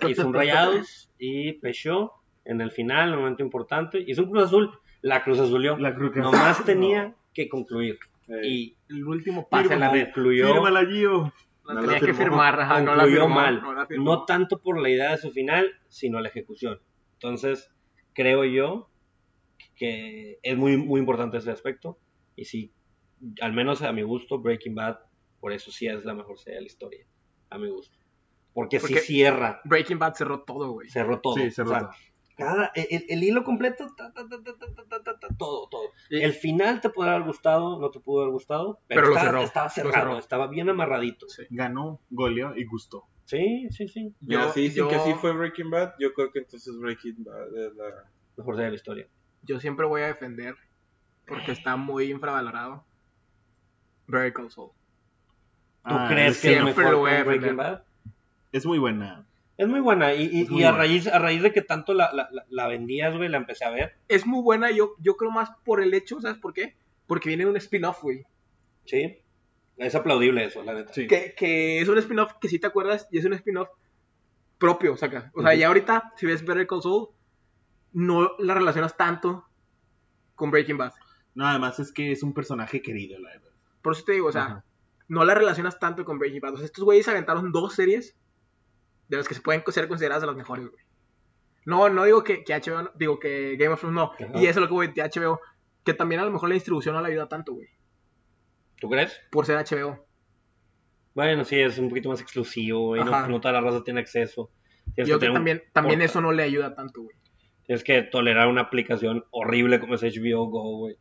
A: hizo un Rayados y pechó en el final, en un momento importante. Hizo un Cruz Azul, la Cruz Azulió.
D: La cruz que-
A: Nomás tenía que concluir. Y
B: El último
A: pase
B: pase
A: la red. Concluyó,
D: Fírmala, Gio.
B: La
C: No la
B: tenía que
C: firmó.
B: firmar, ajá, no la
A: concluyó
B: firmó,
A: mal.
B: no la firmó.
A: No tanto por la idea de su final, sino la ejecución. Entonces, creo yo que es muy, muy importante ese aspecto. Y sí, al menos a mi gusto, Breaking Bad, por eso sí es la mejor serie de la historia. A mi gusto. Porque, sí
B: Porque-
A: cierra,
B: Breaking Bad cerró todo, güey.
A: cerró todo.
D: Sí, se
A: Oh, O sea,
D: rota.
A: cada- el, el hilo completo, ta, ta, ta, ta, ta, ta, ta, ta, ta, todo, todo.
B: Y-
A: El final te podrá haber gustado, no te pudo haber gustado, pero,
B: Pero
A: estaba,
B: lo cerró,
A: estaba
B: lo
A: cerrado,
B: cerró.
A: estaba bien amarradito.
B: Sí.
D: Ganó, goleó y gustó.
A: Sí, sí, sí.
C: Yo,
B: Yo-
C: sí,
B: yo-
C: que sí fue Breaking Bad, yo creo que entonces Breaking Bad es la.
A: Mejor serie de la historia.
B: Yo siempre voy a defender, porque está muy infravalorado, Vertical Soul.
A: ¿Tú
D: Ah,
A: crees
D: es-
A: que es
B: siempre
A: mejor
B: lo voy a
A: que Breaking
B: defender.
A: Bad?
D: Es muy buena.
A: Es muy buena y, y-
D: Es muy
A: y a,
D: buena.
A: raíz, a raíz de que tanto la, la- la- la vendías, güey, la empecé a ver.
B: Es muy buena, yo, yo creo más por el hecho, ¿sabes por qué? Porque viene un spin-off, güey.
A: Sí. Es aplaudible eso, la neta.
D: Sí.
B: Que, que es un spin-off que si te acuerdas, y es un spin-off propio, saca. O sea,
A: Ujú.
B: ya ahorita, si ves Vertical Soul, no la relacionas tanto con Breaking Bad.
D: No, además es que es un personaje querido, la verdad.
B: Por eso te digo, o sea,
D: Ajá.
B: no la relacionas tanto con Breaking Bad. O sea, estos güeyes aventaron dos series de las que se pueden ser consideradas de las mejores, güey. No, no digo que, que HBO, no- digo que Game of Thrones no.
A: Ajá.
B: Y eso es lo que voy de HBO. Que también a lo mejor la distribución no le ayuda tanto, güey.
A: ¿Tú crees?
B: Por ser HBO.
A: Bueno, sí, es un poquito más exclusivo, güey. No,
B: Ajá.
A: no toda la raza tiene acceso. Tienes
B: Yo
A: que tener
B: creo que
A: un-
B: también, también
A: porta-
B: eso no le ayuda tanto, güey.
A: Tienes que tolerar una aplicación horrible como es HBO Go, güey.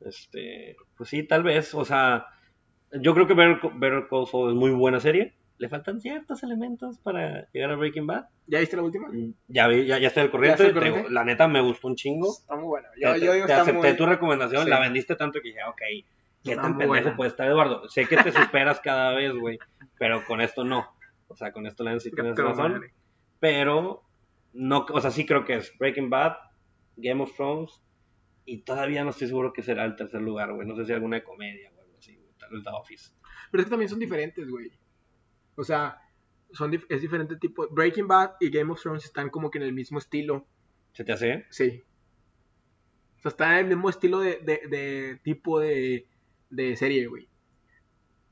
A: Este, pues sí, tal vez, o sea, yo creo que Better, Co- Better Call Saul es muy buena serie. Le faltan ciertos elementos para llegar a Breaking Bad.
B: ¿Ya viste la última?
A: Ya vi, ya, ya estoy al corriente.
B: ¿Ya estás al
A: te digo,
B: corriente?
A: la neta me gustó un chingo.
B: Está muy buena. Yo,
A: te
B: yo digo
A: te
B: está
A: acepté
B: muy-
A: tu recomendación,
B: Sí.
A: la vendiste tanto que dije, "Ah, ok, ¿qué
B: Está
A: tan
B: muy
A: pendejo
B: buena.
A: puede estar Eduardo? Sé que te superas cada vez, güey, pero con esto no. O sea, con esto la neta sí
B: Pero,
A: tienes razón
B: madre.
A: pero no, o sea, sí creo que es Breaking Bad, Game of Thrones y todavía no estoy seguro que será el tercer lugar, güey. No sé si alguna de comedia o algo así, güey, tal vez The Office.
B: Pero es que también son diferentes, güey. O sea, son dif- es diferente tipo. Breaking Bad y Game of Thrones están como que en el mismo estilo.
A: ¿Se te hace?
B: Sí. O sea, están en el mismo estilo de, de- de tipo de, de serie, güey.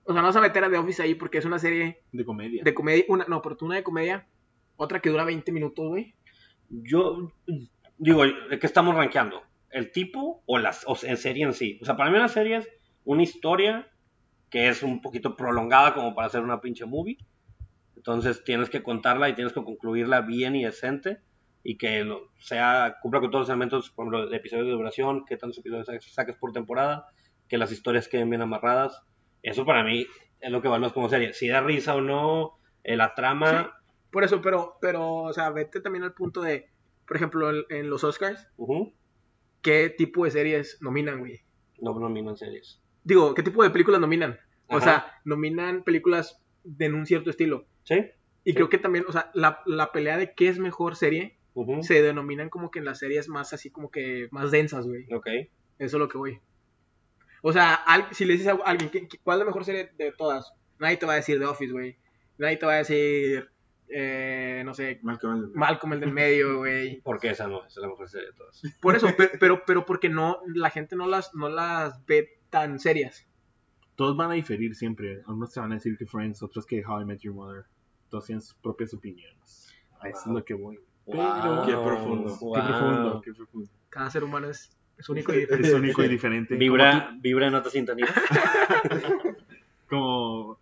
B: O sea, no vas a meter a The Office ahí porque es una serie
D: de comedia.
B: de comedia. Una, no, pero tú una de comedia. Otra que dura 20 minutos, güey.
A: Yo digo, ¿de qué estamos rankeando? ¿El tipo o las o sea, en serie en sí? O sea, para mí una serie es una historia que es un poquito prolongada como para hacer una pinche movie. Entonces tienes que contarla y tienes que concluirla bien y decente y que lo- sea cumpla con todos los elementos, por ejemplo, de episodios de duración, que tantos episodios sa- saques por temporada, que las historias queden bien amarradas. Eso para mí es lo que evalúas como serie. Si da risa o no, eh, la trama.
B: Por eso, pero, pero, o sea, vete también al punto de, por ejemplo, en, en los Oscars,
A: ujú,
B: ¿qué tipo de series nominan, güey?
A: no nomino en series.
B: Digo, ¿qué tipo de películas nominan? O
A: Ajá.
B: sea, nominan películas de un cierto estilo.
A: ¿Sí?
B: Y
A: Sí.
B: creo que también, o sea, la, la pelea de qué es mejor serie
A: ujú.
B: se denominan como que en las series más así como que más densas, güey.
A: Ok.
B: Eso es lo que voy. O sea, al- si le dices a alguien, "¿Qué- qué- ¿cuál es la mejor serie de todas? Nadie te va a decir The Office, güey. Nadie te va a decir, eh, no sé,
C: Mal que mal.
B: Malcolm el del medio, güey.
A: Porque esa no, esa es la mejor serie de todas.
B: Por eso, pe- pero, pero porque no, la gente no las, no las ve tan serias.
D: Todos van a diferir siempre. Algunos te van a decir que Friends, otros que How I Met Your Mother. Todos tienen sus propias opiniones. A eso
A: Wow.
D: es lo que voy.
A: Wow,
C: Qué profundo.
A: wow.
D: Qué profundo, qué profundo.
B: Cada ser humano es, es único y diferente.
D: Es único y diferente.
A: Vibra, vibra en otra sintonía.
D: Como,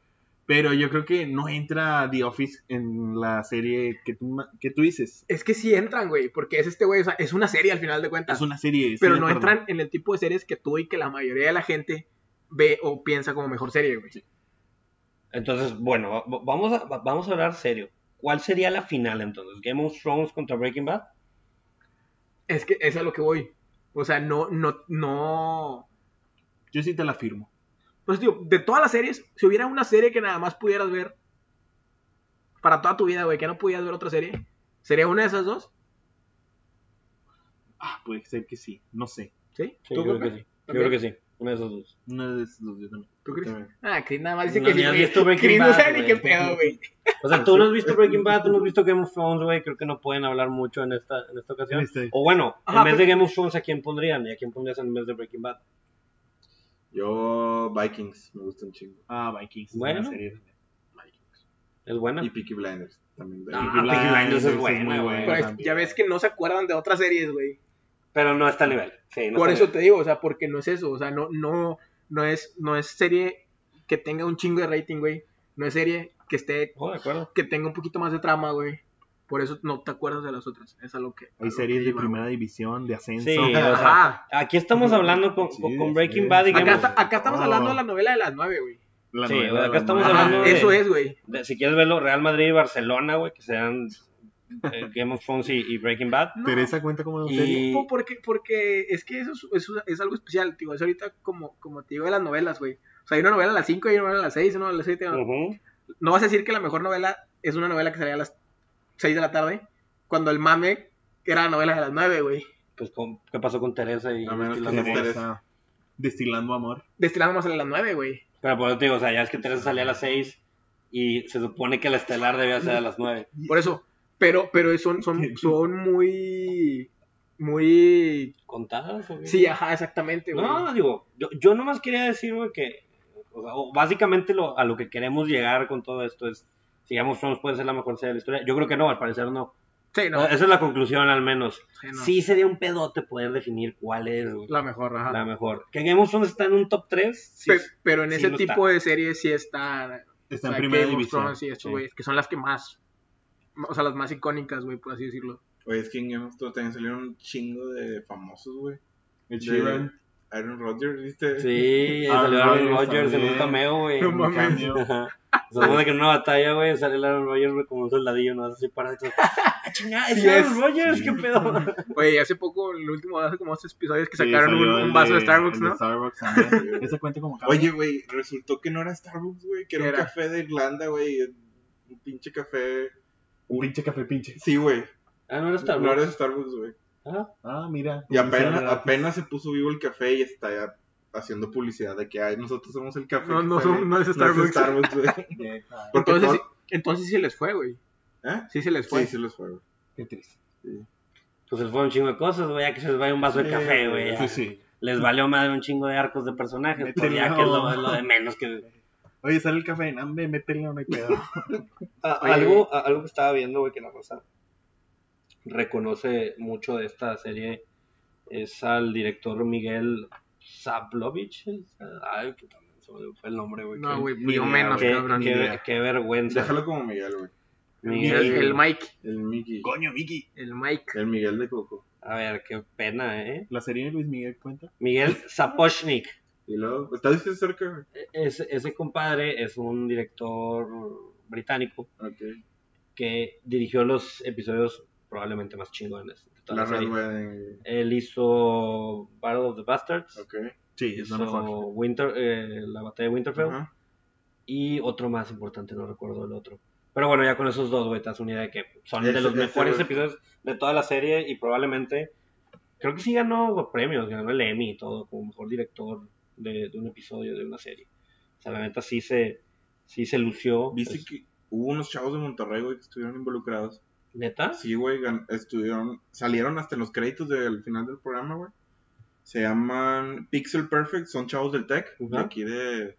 D: pero yo creo que no entra The Office en la serie que tú, ma- que tú dices.
B: Es que sí entran, güey, porque es este güey, o sea, es una serie al final de
A: Ah,
B: cuentas.
D: Es una serie. sí,
B: pero
D: de
B: no
D: acuerdo.
B: entran en el tipo de series que tú y que la mayoría de la gente ve o piensa como mejor serie, güey.
A: Entonces, bueno, va- va- vamos a, va- vamos a hablar serio. ¿Cuál sería la final entonces? ¿Game of Thrones contra Breaking Bad?
B: Es que es a lo que voy. O sea, no, no, no.
D: Yo sí te la firmo.
B: Pues digo, de todas las series, si hubiera una serie que nada más pudieras ver para toda tu vida, güey, que no pudieras ver otra serie, ¿sería una de esas dos?
D: Ah, puede ser que sí. No sé.
B: ¿Sí?
A: Sí,
B: ¿Tú,
A: yo creo
B: Coca?
A: que sí. Yo
B: ¿También?
A: creo que sí. Una de esas dos.
D: Una de esas dos, yo también.
B: ¿Tú crees?
C: También.
B: Ah, Chris nada más dice
A: No,
B: que
A: ni
B: sí.
A: has
B: güey.
A: visto Breaking
B: Chris no
A: Bad,
B: sabe ni
A: güey.
B: qué pedo, güey.
A: O sea, Ah, tú no has visto Breaking Bad, tú no has visto Game of Thrones, güey. Creo que no pueden hablar mucho en esta, en esta ocasión.
D: Este,
A: O bueno,
B: Ajá,
A: en vez
B: pero-
A: de Game of Thrones, ¿a quién pondrían? ¿Y a quién pondrías en vez de Breaking Bad?
C: Yo, Vikings, me gusta un chingo.
D: Ah, Vikings. es
A: Bueno. Ah,
D: una serie.
A: ¿Es buena?
C: Y Peaky Blinders también.
A: Ah,
D: Peaky
A: Peaky
D: Blinders
A: Blinders
D: es
A: es
D: muy
A: buena, güey. Pues,
B: Pero es-
D: también.
B: Pues, ya ves que no se acuerdan de otras series, güey.
A: Pero no está a nivel. Sí, no
B: Por
A: está
B: eso
A: a
B: te digo, o sea, porque no es eso, o sea, no, no, no es, no es serie que tenga un chingo de rating, güey. No es serie que esté,
A: nivel. Oh, de acuerdo.
B: que tenga un poquito más de trama, güey. Por eso no te acuerdas de las otras. Es a lo que. a
D: Hay
B: lo
D: series
B: que
D: de
B: iba,
D: primera división, de ascenso.
A: Sí, o
B: güey.
A: sea,
B: Ajá.
A: Aquí estamos hablando con,
D: Sí,
A: con- con
D: sí.
A: Breaking Bad y
D: Acá
A: Game
B: Acá,
A: of
D: digamos-
B: está- acá estamos
D: Oh.
B: hablando de la novela de las nueve, güey.
D: La
A: Sí,
D: novela,
A: acá
D: la
A: estamos
D: novela. Ah,
B: Ajá,
A: hablando de-
B: Eso es, güey.
A: de- si quieres verlo, Real Madrid y Barcelona, güey, que sean eh, Game of Thrones y, y Breaking Bad.
B: No,
D: Teresa cuenta como
A: Y-
D: serie.
B: po- porque, porque es que eso es, eso es algo especial, tío. Es ahorita como, como te digo de las novelas, güey. O sea, hay una novela a las 5, hay una novela a las 6, una novela a las 7.
A: Ujú.
B: no vas a decir que la mejor novela es una novela que salía a las 6 de la tarde, cuando el mame era la novela de las 9, güey.
A: Pues, con- ¿qué pasó con Teresa y
C: A menos
A: Estilo
C: que
A: Amor?
C: se estere-
D: Teresa, Destilando amor.
B: Destilando más a las 9, güey.
A: Pero por eso te digo, o sea, ya es que Teresa salía a las 6 y se supone que la estelar debía ser a las 9.
B: Por eso. Pero, pero son, son, son muy. Muy.
A: ¿Contadas? o qué?
B: Sí, ajá, exactamente, güey.
A: No, digo, yo, yo nomás quería decir, güey, que o sea, o básicamente lo, a lo que queremos llegar con todo esto es, si Game of Thrones puede ser la mejor serie de la historia, yo creo que no, al parecer no.
B: sí, no.
A: Esa Ah, es la conclusión al menos.
B: sí, no.
A: Sí sería un pedote poder definir cuál es, güey.
B: La mejor, ajá.
A: La mejor. Que Game of Thrones está en un top 3.
B: Pe- pero en
A: sí
B: ese
A: lo
B: tipo de series sí está.
D: Está
B: O sea,
D: en primera
B: Game of
D: división.
B: Thrones y estos
D: Sí.
B: güeyes, que son las que más, o sea, las más icónicas, güey, por así decirlo.
C: Oye, es que en Game of Thrones también salieron un chingo de famosos, güey. De
D: Ed Sheeran.
C: Aaron Rodgers, ¿viste?
A: Sí,
D: Ah,
A: salió Aaron
D: Rodgers
A: Rodgers en
D: también.
A: un cameo, güey.
B: No
D: En
B: mames.
D: cambio,
A: Ajá. Se supone que en una batalla, güey, sale el Aaron Rodgers güey, como un soldadillo, no así para eso. ¡Ah, chingada! ¡Es
B: Sí,
A: Aaron
B: es.
A: Rodgers!
D: Sí.
A: ¡Qué pedo!
B: Güey, hace poco, el último, hace como dos episodios que
D: sí,
B: sacaron un,
D: salió
B: un
D: el
B: vaso de
D: el
B: Starbucks, ¿no?
D: Starbucks también. Ese cuenta como cambio.
C: Oye, güey, resultó que no era Starbucks, güey, que era,
B: Era.
C: un café de Irlanda, güey. Un pinche café.
D: un pinche café pinche.
C: Sí, güey.
A: Ah, no era Starbucks.
C: No era Starbucks, güey.
A: Ah,
D: Ah, mira.
C: Y apenas,
D: publicidad
C: apenas se puso vivo el café y está ya haciendo publicidad de que ay, nosotros somos el café.
B: No,
C: que
B: no
C: sale-
B: somos- no es
C: No
B: Starbucks.
C: es Starbucks, güey.
D: gratis. Ah,
C: Porque
B: Entonces,
C: todo-
B: sí- entonces sí se les fue, güey.
C: ¿Eh?
B: Sí se les fue.
C: Sí, sí los fue, güey.
D: Qué triste.
A: pues se les fue un chingo de cosas, güey, ya que se les vaya un vaso de
C: Sí,
A: café, güey. ya.
D: Sí, sí.
A: Les valió madre un chingo de arcos de personajes,
D: Me
A: pues ya
D: peleó.
A: que es lo, es lo de menos que...
D: Oye, sale el café. No, hombre, métele, no hay pedo.
B: Oye.
A: algo, a- algo que estaba viendo, güey, que la cosa reconoce mucho de esta serie es al director Miguel Zablovich. Ay, que también se me fue el nombre, güey.
B: No,
A: que-
B: güey,
D: ni
B: ni o
D: idea,
B: menos,
A: Qué,
B: cabrón.
A: qué-
D: idea.
A: qué vergüenza.
C: Déjalo como Miguel, güey.
B: El,
A: Miguel.
B: el Mike,
C: El Mickey.
D: Coño, Vicky.
B: el Mike.
C: El Miguel de Coco.
A: A ver, qué pena, ¿eh?
D: La serie de Luis Miguel cuenta.
A: Miguel Zapochnik.
C: Y luego, ¿estás diciendo cerca, güey?
A: Ese, ese compadre es un director británico
C: Ok.
A: que dirigió los episodios probablemente más chingones. de toda
C: La
A: serie.
C: Red Wedding, güey.
A: Él hizo Battle of the Bastards,
C: Ok.
D: Sí, es
A: hizo
D: la mejor.
A: Winter, eh, la batalla de Winterfell
C: Ajá.
A: y otro más importante, no recuerdo el otro. Pero bueno, ya con esos dos, güey, te das una idea de que son de
C: Ese-
A: los
C: ese,
A: mejores
C: güey.
A: episodios de toda la serie y probablemente, creo que sí ganó premios, ganó el Emmy y todo, como mejor director de, de un episodio de una serie. O sea, la neta sí se, sí se lució.
C: ¿Viste
A: pues,
C: que hubo unos chavos de Monterrey, güey, que estuvieron involucrados?
A: ¿Neta?
C: Sí, güey, gan- estuvieron, salieron hasta en los créditos del final del programa, güey. Se llaman Pixel Perfect, son chavos del tech, de
A: Ujú.
C: aquí de,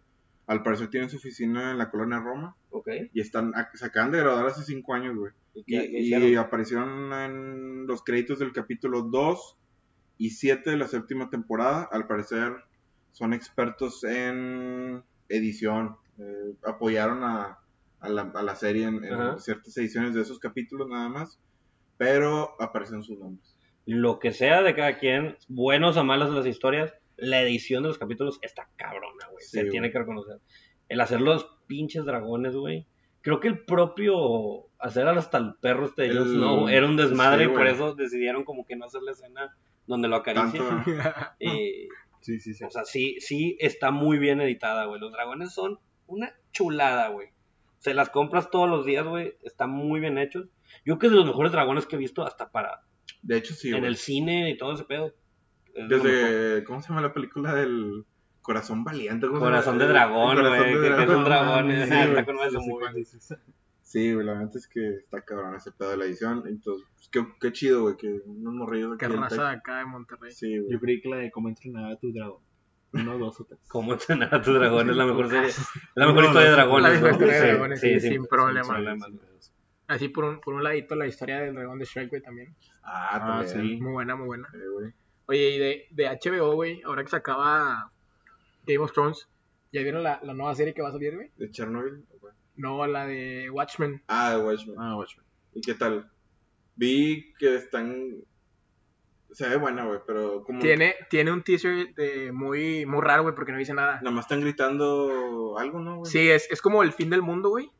C: al parecer tienen su oficina en la colonia Roma,
A: Ok.
C: y están, ac- se acaban de graduar hace cinco años, güey.
A: ¿Y
C: Y,
A: qué- qué
C: y
A: hicieron?
C: aparecieron en los créditos del capítulo 2 y 7 de la séptima temporada, al parecer son expertos en edición, eh, apoyaron a, a la, a la serie en, en
A: Ajá.
C: ciertas ediciones de esos capítulos nada más, pero aparecen sus nombres.
A: Lo que sea de cada quien, buenos o malos de las historias, la edición de los capítulos está cabrona, güey.
C: Sí,
A: se
C: güey.
A: tiene que reconocer. El hacer los pinches dragones, güey. Creo que el propio hacer hasta el perro este de Jon
C: El-
A: Snow era un desmadre
C: sí,
A: y por
C: güey.
A: eso decidieron como que no hacer la escena donde lo acaricia.
C: Tanto,
A: Eh,
D: Sí, sí, sí.
A: o sea, sí, sí está muy bien editada, güey. Los dragones son una chulada, güey. Se las compras todos los días, güey. Están muy bien hechos. Yo creo que es de los mejores dragones que he visto hasta para
C: de hecho sí,
A: en
C: güey.
A: el cine y todo ese pedo. Es lo mejor.
C: desde, ¿cómo se llama la película del Corazón Valiente? ¿Cómo se llama?
A: Corazón de
C: El- el
A: dragón,
C: Corazón
A: güey.
C: de
A: que- Que es
C: Dragón.
A: un dragón.
D: mames,
A: ajá,
C: sí,
A: Está
C: güey.
A: con una de
D: Sí,
A: sus
D: sí,
A: movies.
D: cuál es esa.
C: Sí, güey, la neta es que está cabrón ese pedo de la edición. Entonces, pues, qué, qué chido, güey, que unos morrillos
B: Qué
C: aquí en
B: raza de acá de Monterrey.
C: Texas- Sí, güey.
D: Yo creí que la de cómo entrenar a tu dragón. Uno, dos o tres.
A: ¿Cómo entrenar a tu dragón? Es la mejor serie. La
D: No,
A: mejor
D: no,
A: historia de
D: no,
A: dragones.
B: Ah, la mejor
A: ¿no?
B: historia de
A: Sí,
B: dragones, sí, sin problema.
A: sin problema,
D: Sí,
A: ¿no?
D: sí, sí.
B: Así por un, por un ladito la historia del dragón de Shrek, güey, también.
C: Ah,
D: Ah,
C: también.
D: sí.
B: Muy buena, muy buena.
C: Eh, güey.
B: Oye, y de, de HBO, güey, ahora que se acaba Game of Thrones, ¿ya vieron la, la nueva serie que va a salir, güey?
C: ¿De Chernobyl? güey.
B: No, la de Watchmen.
C: Ah, de Watchmen.
D: Ah, Watchmen.
C: ¿Y qué tal? Vi que están... Se ve buena, güey, pero como...
B: Tiene, tiene un teaser de muy, muy raro, güey, porque no dice nada.
C: Nada más están gritando algo, ¿no, güey?
B: Sí, es, es como el fin del mundo, güey.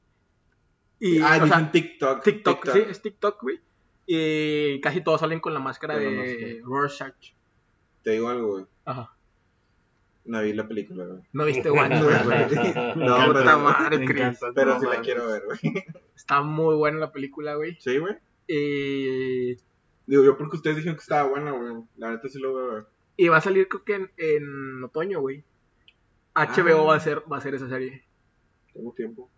B: Y,
C: ah,
B: o
C: dicen
B: sea,
C: TikTok.
B: TikTok, sí, es TikTok, güey. Y casi todos salen con la máscara
C: Con la
B: de Rorschach.
C: Te digo algo, güey.
B: Ajá.
C: No vi la película, güey.
B: No viste Watchmen, güey.
C: No,
D: Me
C: pero-
B: Puta madre,
D: me
B: Chris.
D: encanta.
C: Pero
D: No,
C: sí la
D: mames.
C: quiero ver, güey.
B: Está muy buena la película, güey.
C: Sí, güey.
B: Y,
C: Digo, yo porque ustedes dijeron que estaba buena, güey. La neta sí lo voy a ver.
B: y va a salir creo que en, en otoño, güey. HBO
C: Ah.
B: va a ser va a ser esa serie.
C: Tengo tiempo.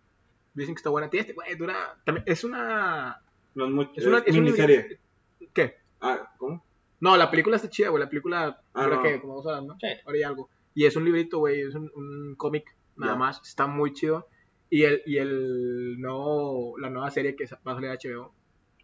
B: Dicen que está buena. Tiene, este, güey, dura... también- es una...
C: No es mucho.
B: Es una... es una-
C: miniserie.
B: ¿Qué?
C: Ah, ¿cómo?
B: No, la película está chida, güey. La película
C: Ah,
B: dura
C: no.
B: que como dos horas, ¿no?
A: Sí.
B: Ahora y algo. Y es un librito, güey. Es un, un cómic, nada
C: Ya.
B: más. Está muy chido. Y el, y el nuevo, la nueva serie que sa- va a salir de HBO.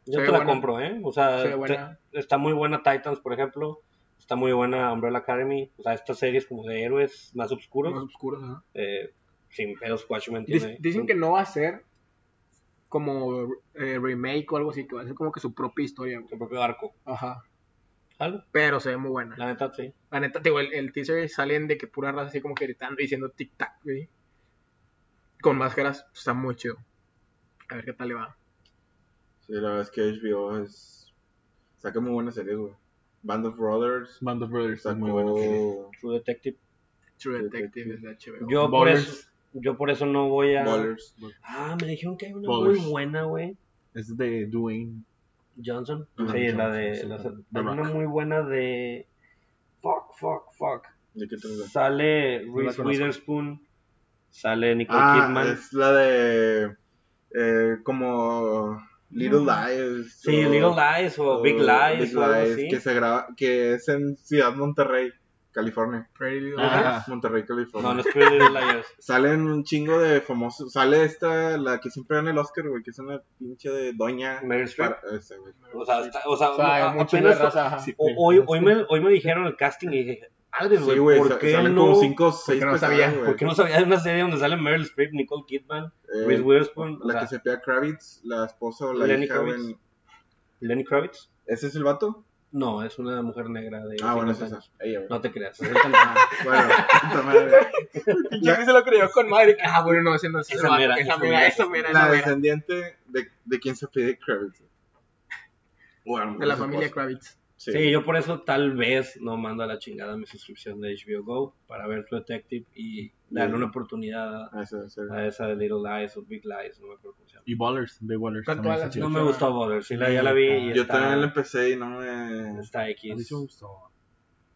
A: Yo
B: Se ve
A: te la
B: buena.
A: compro, ¿eh? O
B: Se ve
A: sea, te-
B: buena.
A: está muy buena Titans, por ejemplo. Está muy buena Umbrella Academy. O sea, estas series como de héroes más
B: Más
A: oscuros.
B: oscuros, ajá.
A: eh, sin pedos Watchmen
B: Dic-
A: tiene.
B: dicen que no va a ser como eh, remake o algo así, que va a ser como que su propia historia, güey.
A: Su propio arco.
B: Ajá.
A: Algo.
B: Pero se ve muy buena. La,
A: La neta, sí.
B: neta, te digo, el, el teaser salen de que pura raza así como que gritando y diciendo tic-tac, güey. Con máscaras, pues, está muy chido. A ver qué tal le va.
C: Sí, la verdad es que HBO es... saca muy buenas series, güey. Band of Brothers,
D: Band of Brothers está
C: sacó...
D: muy bueno.
C: Oh.
A: True Detective.
B: True
C: Detective.
B: Detective de HBO.
A: Yo por,
D: Ballers.
A: eso, yo por eso no voy a.
C: Ballers.
A: Ah, me dijeron que hay una
D: Ballers.
A: muy buena, güey.
D: Es de Dwayne.
A: Johnson.
C: Ajá,
A: sí, la de.
D: Johnson,
A: la-
D: sí,
A: hay
D: The
A: una
D: Rock.
A: muy buena de. Fuck, fuck, fuck.
C: ¿De qué trata?
A: Sale
D: la
A: Reese
D: conozco.
A: Witherspoon. Sale Nicole
C: Ah,
A: Kidman.
C: es la de... eh, como... Little Lies.
A: Sí,
C: o-
A: Little Lies o Big Lies
C: Big
A: o algo
C: Lies,
A: así.
C: que se graba, que es en Ciudad Monterrey, California.
B: Pretty Little
D: Ah.
B: Liars.
C: Monterrey, California.
A: No, no es Pretty Little Liars.
C: Salen un chingo de famosos. Sale esta, la que siempre gana el Oscar, güey, que es una pinche de doña.
A: Meryl Streep.
C: Para, esa, güey.
A: O sea, está- o sea,
B: O sea,
A: a-
B: hay mucho
A: apenas-
B: de raza. ajá.
D: Sí,
A: Ah, o-
D: mira,
A: hoy,
D: este-
A: hoy, me, hoy me dijeron el casting y dije, madre,
C: Sí,
A: güey,
C: güey,
A: ¿por
C: sa-
A: qué
C: salen
A: no?
C: como 5 o 6
B: no
C: personas,
B: sabía?
C: güey.
A: ¿Por qué no sabía de una serie donde salen Meryl Streep, Nicole Kidman,
C: Pues, Eh,
A: Reese Witherspoon, o
C: La que
A: sea,
C: se pega Kravitz, la esposa o la
A: Lenny
C: hija, güey.
A: Kravitz. Lenny Kravitz?
C: ¿Ese es el vato?
A: No, es una mujer negra de
C: Ah, bueno, es
A: 50
C: esa.
A: años.
C: Ella, güey.
A: No te creas. es el tema.
C: Bueno, puta madre.
B: Yo sí se lo creyó con madre. que, Ah, bueno, no, ese no es
A: Esa
B: ese vato,
A: mera,
B: Esa
A: esa
B: mera,
A: mera.
B: esa mera, esa
C: La
B: mera.
C: descendiente de, de quien se pide Kravitz. güey. Bueno,
B: De la
C: su
B: familia
C: esposa.
B: Kravitz.
C: Sí.
A: Sí, yo por eso tal vez no mando a la chingada mi suscripción de HBO Go para ver True Detective y darle
C: Sí.
A: una oportunidad
C: Ah, esa, esa.
A: a esa de Little Lies o Big Lies, no me acuerdo cómo se llama.
D: Y Ballers, de Ballers.
B: Con
D: también
B: todas
D: está
B: las-
D: chido.
A: No me gustó Bother, sí, la, ya la vi y
C: Yo
A: está,
C: también la empecé y no me.
A: está
D: A mí
A: X
D: sí me gustó.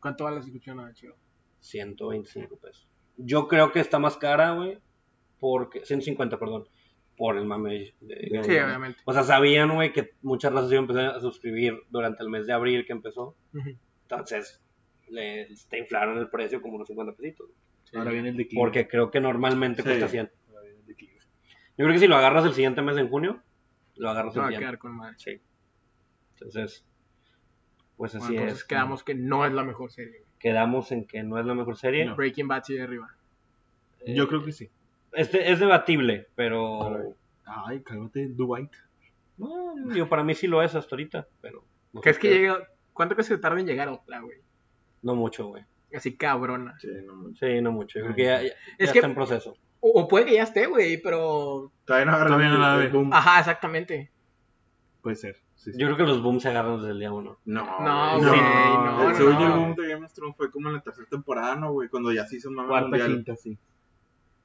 B: ¿Cuánto vale la suscripción a HBO?
A: 125 pesos. Yo creo que está más cara, güey, porque 150, perdón, por el mame. de- de-
B: Sí, obviamente.
A: o sea, sabían, güey, que muchas razas iban a empezar a suscribir durante el mes de abril que empezó, entonces le, te inflaron el precio como unos 50 pesitos.
D: Ahora viene el de Clive.
A: Porque creo que normalmente
C: Sí.
A: cuesta 100.
D: Ahora viene el de Clive.
A: Yo creo que si lo agarras el siguiente mes en junio, lo agarras
B: Se va
A: el
B: a
A: siguiente.
B: quedar con madre.
A: Sí. Entonces, pues
B: Bueno,
A: así
B: entonces
A: es.
B: quedamos que no es la mejor serie. güey.
A: Quedamos en que no es la mejor serie.
D: No.
B: Breaking Bad sigue arriba.
A: Eh,
D: Yo creo que sí.
A: Este es debatible, pero
D: Ay, cálmate, Dubai.
A: no, digo, para mí sí lo es hasta ahorita, pero no,
B: ¿Crees que
A: sé,
B: llega? ¿Cuánto crees que tarda en llegar otra, güey?
A: no mucho, güey.
B: Así cabrona.
C: Sí, no me-
A: Sí, no mucho. Yo creo
D: Ay,
A: que ya, ya- ya
B: que-
A: está en proceso.
B: O, o puede que ya esté, güey, pero.
C: Todavía no agarré
D: Todavía no la
C: el-
D: ve. Ah.
C: el boom.
B: Ajá, exactamente.
D: Puede ser. sí, sí.
A: Yo creo que los booms se agarran desde el día uno.
C: No,
B: No,
D: No,
B: güey,
D: no,
B: no,
C: el
B: no.
C: sueño boom de Game of Thrones fue como en la tercera temporada, ¿no, güey? Cuando ya se hizo mame
D: Cuarta,
C: mundial.
D: quinta, sí.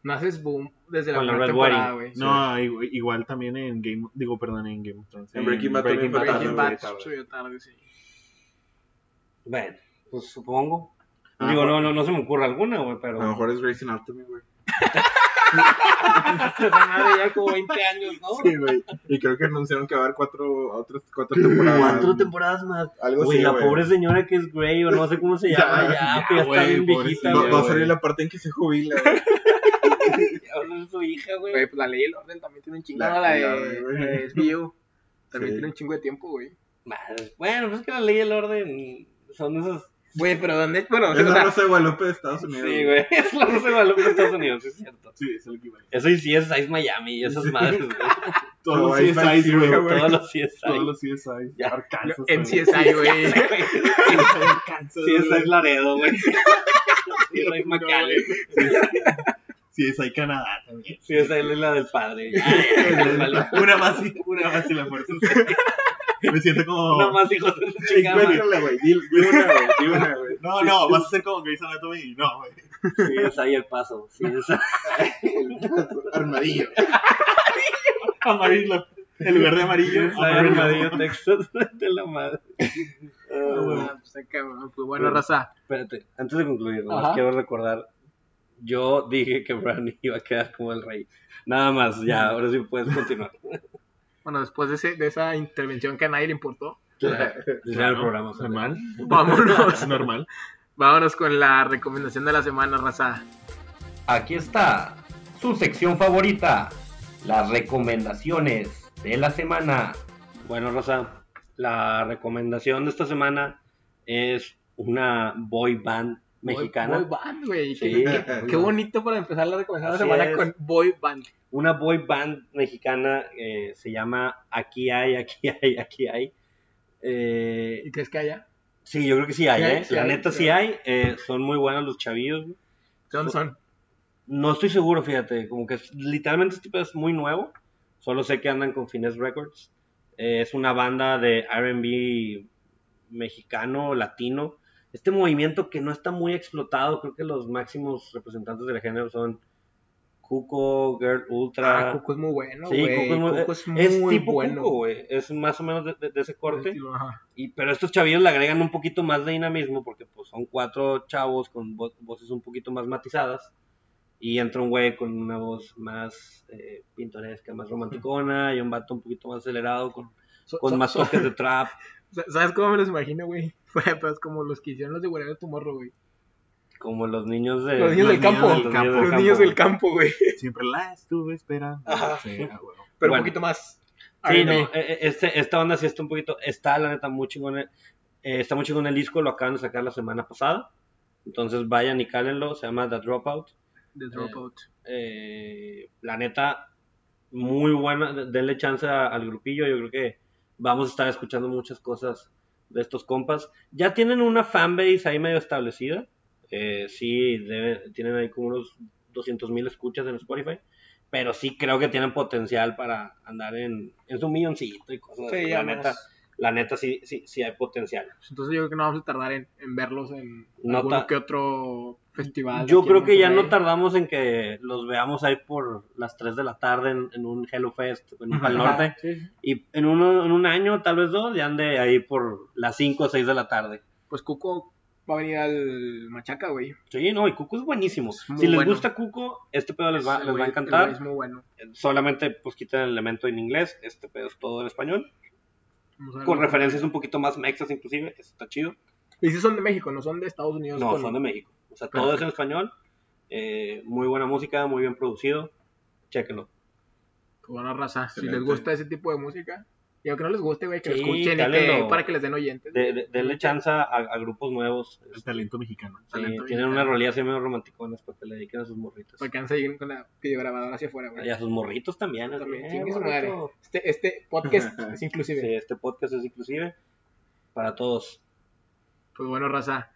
B: No haces boom desde la
A: Con la
B: primera
A: Red
B: temporada, güey.
D: No, i- igual también en Game Digo, perdón, en Game of Thrones.
C: En Breaking Bad también fue
B: Breaking
C: tarde,
B: Bad
C: güey, tarde.
B: subió tarde, sí.
A: Bueno, pues supongo.
C: Ah,
A: digo,
C: por-
A: no, no, no se me ocurre alguna, güey,
C: A
A: pero
C: lo mejor es Grey's Anatomy, güey.
B: Esa madre ya como 20 años, ¿no?
C: Sí, güey. Y creo que anunciaron que va a haber cuatro, otras cuatro temporadas.
A: cuatro temporadas más.
C: Ah, Algo
A: Güey,
C: así,
A: la
C: güey.
A: pobre señora que es Grey o no sé cómo se
C: Ya,
A: llama, ya,
D: ya,
A: pero ya está
D: güey,
A: bien viejita,
D: pobrecita,
C: Va, va a
A: güey.
C: salir la parte en que se jubila, güey.
A: Ahora es su hija,
B: Güey,
A: güey.
B: pues la ley y el orden también tiene un chingo.
C: La-
B: La, la de,
C: la de- güey.
B: de SBU también
C: Sí.
B: tiene un chingo de tiempo, güey.
A: Madre. Bueno, pues es que la ley y el orden son esos
B: Güey, pero ¿dónde? Bueno, o
C: Es la
B: sea,
C: Rosa de Guadalupe de Estados Unidos.
A: Sí, güey. Es la Rosa de Guadalupe de Estados Unidos, sí es cierto.
D: Sí, es lo que iba a decir.
A: Eso y sí es Ice Miami y esas madres, güey.
D: Todos los
C: Ahí está el
D: CSIs, güey.
C: Zero,
A: Todos los sí es
D: Todos los CSIs.
A: Ya.
D: Arkansas.
B: en
D: también.
B: CSI, güey.
D: Arkansas,
A: Sí es
D: güey.
A: Ice Laredo, güey. Sí es Ice McAllen.
D: CSI Canadá también.
A: Sí es Ice la del padre. Ya, ya, ya, vale.
D: Una más y una más y la fuerza. Me siento como.
A: No más hijos de la
C: Sí,
A: chingada. madre.
C: cuéntale, güey. Di di una, güey. Di una, güey.
D: No, no, vas a ser como Grey's Anatomy. No, güey.
A: Sí es ahí el paso. Sí es
C: pues, Armadillo.
D: Amarillo. En lugar de
A: sí
D: amarillo,
A: es ahí el Armadillo Texas de la madre. Ah, güey.
B: Ah, pues, cabrón, pues, bueno, raza.
A: Espérate, antes de concluir, nomás
B: Ajá.
A: quiero recordar. Yo dije que Bran iba a quedar como el rey. Nada más, ya, ahora sí puedes continuar.
B: Bueno, después de, ese- de esa intervención que a nadie le importó,
A: Ya el programa. sale.
D: Normal.
B: vámonos.
D: Es normal.
B: vámonos con la recomendación de la semana, raza.
E: Aquí está su sección favorita, las recomendaciones de la semana.
A: Bueno, Rosa, la recomendación de esta semana es una boy band mexicana.
B: Boy band, güey.
A: Sí,
B: Qué-
A: boy
B: Qué,
A: band.
B: bonito para empezar la recomendación de
A: Así
B: la semana
A: es.
B: con boy band.
A: Una boy band mexicana eh, se llama Aquí hay, aquí hay, aquí hay. Eh,
B: ¿Y crees que haya?
A: sí, yo creo que sí hay,
B: Sí hay,
A: ¿eh?
B: sí
A: la
B: hay,
A: neta
B: sí
A: sí hay. Eh, son muy buenos los chavillos. güey.
B: ¿De dónde son?
A: No estoy seguro, fíjate. Como que es- literalmente este pedo es muy nuevo. Solo sé que andan con Finesse Records. Eh, es una banda de RB mexicano, latino. Este movimiento que no está muy explotado. Creo que los máximos representantes del género son Cuco, Girl Ultra.
B: Ah, Cuco es muy bueno,
A: Sí,
B: güey.
A: Cuco es muy-
B: muy,
A: Es tipo
B: bueno.
A: Cuco, güey. Es más o menos de, de- de ese corte.
B: Estilo, ajá.
A: Y, pero estos chavillos le agregan un poquito más de dinamismo porque pues, son cuatro chavos con vo- voces un poquito más matizadas. Y entra un güey con una voz más eh, pintoresca, más romanticona. Y un vato un poquito más acelerado con,
B: So-
A: con
B: so-
A: más
B: so-
A: toques de trap.
B: ¿Sabes cómo me los imagino, güey? Pues como los que hicieron los de Guerrero Tomorrow, güey.
A: Como los niños de...
B: Los niños del campo.
A: niños
D: Los niños
B: Los niños
A: güey.
B: del campo, güey.
D: Siempre la estuve esperando.
B: Ajá.
D: Sí, ah, huevo.
B: Pero
A: Bueno.
B: un poquito más.
A: Sí,
B: R&B.
A: no, eh, eh, este, esta onda sí está un poquito, está la neta muy chingón, eh, está muy chingón el disco, lo acaban de sacar la semana pasada, entonces vayan y cálenlo, se llama The Dropout,
B: The Dropout.
A: eh, la neta, muy buena, de- denle chance a- al grupillo, yo creo que vamos a estar escuchando muchas cosas de estos compas, ya tienen una fanbase ahí medio establecida, eh, sí, debe- tienen ahí como unos 200 mil escuchas en Spotify, pero sí creo que tienen potencial para andar en, en su milloncito y cosas así,
B: Sí,
A: la
B: ya más.
A: neta, la neta sí, sí, sí hay potencial.
B: Pues Entonces yo creo que no vamos a tardar en, en verlos en
A: No
B: alguno
A: ta-
B: que otro festival.
A: Yo
B: aquí en
A: creo que ya no
B: Monterrey.
A: tardamos en que los veamos ahí por las 3 de la tarde en, en un Hello Fest, en un Pal
B: Ajá,
A: Norte.
B: sí, sí.
A: Y en, uno, en un año, tal vez dos, ya ande ahí por las 5 o 6 de la tarde.
B: Pues Cuco va a venir al Machaca, güey.
A: Sí, no, y Cuco es buenísimo.
B: Es muy
A: si les
B: bueno.
A: gusta Cuco, este pedo les va,
B: Ese
A: les va
B: güey-
A: a
B: el
A: encantar.
B: güey Es muy bueno.
A: Solamente pues quitan el elemento en inglés, este pedo es todo en español.
B: Vamos a ver.
A: Con referencias un poquito más mexas inclusive, eso está chido.
B: Y si son de México, no son de Estados Unidos.
A: No,
B: con-
A: son de México. O sea, todo es en español. eh, muy buena música, muy bien producido. Chéquenlo.
B: con buena raza. Si les
C: Excelente.
B: gusta ese tipo de música. Y aunque no les guste, güey, que lo
A: Sí,
B: escuchen y que,
A: cálenlo.
B: para que les den oyentes.
A: De, de- denle chance a, a grupos nuevos.
D: El talento mexicano.
A: Sí,
B: talento
A: tienen
B: mexicano.
A: unas rolillas así medio romanticonas para que le dediquen a sus morritos.
B: Para que han seguido con la videograbadora hacia afuera,
A: Y
B: güey.
A: a sus morritos también. así,
B: También,
A: "Eh,
B: chingue su
A: morrito".
B: madre. Este, este podcast es
A: Sí,
B: inclusive.
A: este podcast es inclusive para todos.
B: Pues bueno, raza.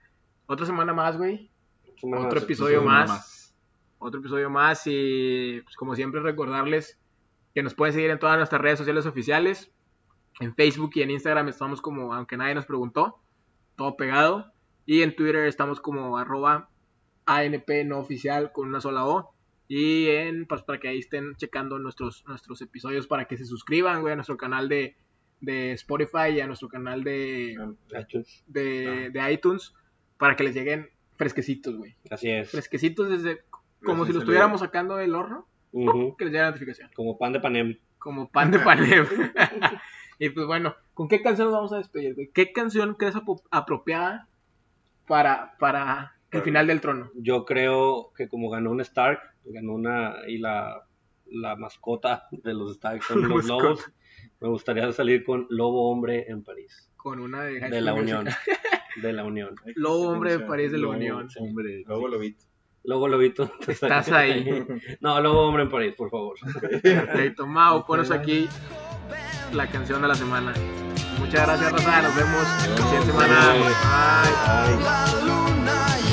B: Otra semana más, güey.
A: Suma
B: Otro
A: más.
B: episodio
D: episodio
B: más.
D: más.
B: Otro episodio más. Y pues, como siempre, recordarles que nos pueden seguir en todas nuestras redes sociales oficiales. En Facebook y en Instagram estamos como, aunque nadie nos preguntó, todo pegado. Y en Twitter estamos como arroba ANP no oficial con una sola O. Y en, pues para que ahí estén checando nuestros, nuestros episodios, para que se suscriban, güey, a nuestro canal de, de Spotify y a nuestro canal de,
A: Muchachos,
B: de, de iTunes para que les lleguen fresquecitos, güey.
A: Así es.
B: Pues, Fresquecitos desde como
C: Recién
B: si los
C: salido.
B: estuviéramos sacando del horno,
A: Ujú.
B: que les llegue la notificación.
A: Como pan de panem.
B: Como pan de paneo. y pues bueno, ¿con qué canción nos vamos a despedir, güey? ¿Qué canción crees apo- apropiada para, para el
C: Para-
B: final del trono?
A: Yo creo que como ganó un Stark, ganó una y la, la mascota de los Stark son
B: La
A: los
B: mascota.
A: lobos. Me gustaría salir con Lobo Hombre en París.
B: Con una de High
A: De
B: School
A: la
B: Musical.
A: Unión. De la Unión.
B: Lobo hombre de París de la
A: Lobo,
B: Unión.
A: sí.
D: Hombre,
C: Luego lo vi.
A: Luego Lobito. te
B: Estás
A: saca.
B: ahí.
A: No, Lobo Hombre en París, por favor.
B: Perfecto. Mau, ponos aquí la canción de la semana. Muchas gracias, Raza. Nos vemos la siguiente semana. Bye.
C: Ay.
F: La luna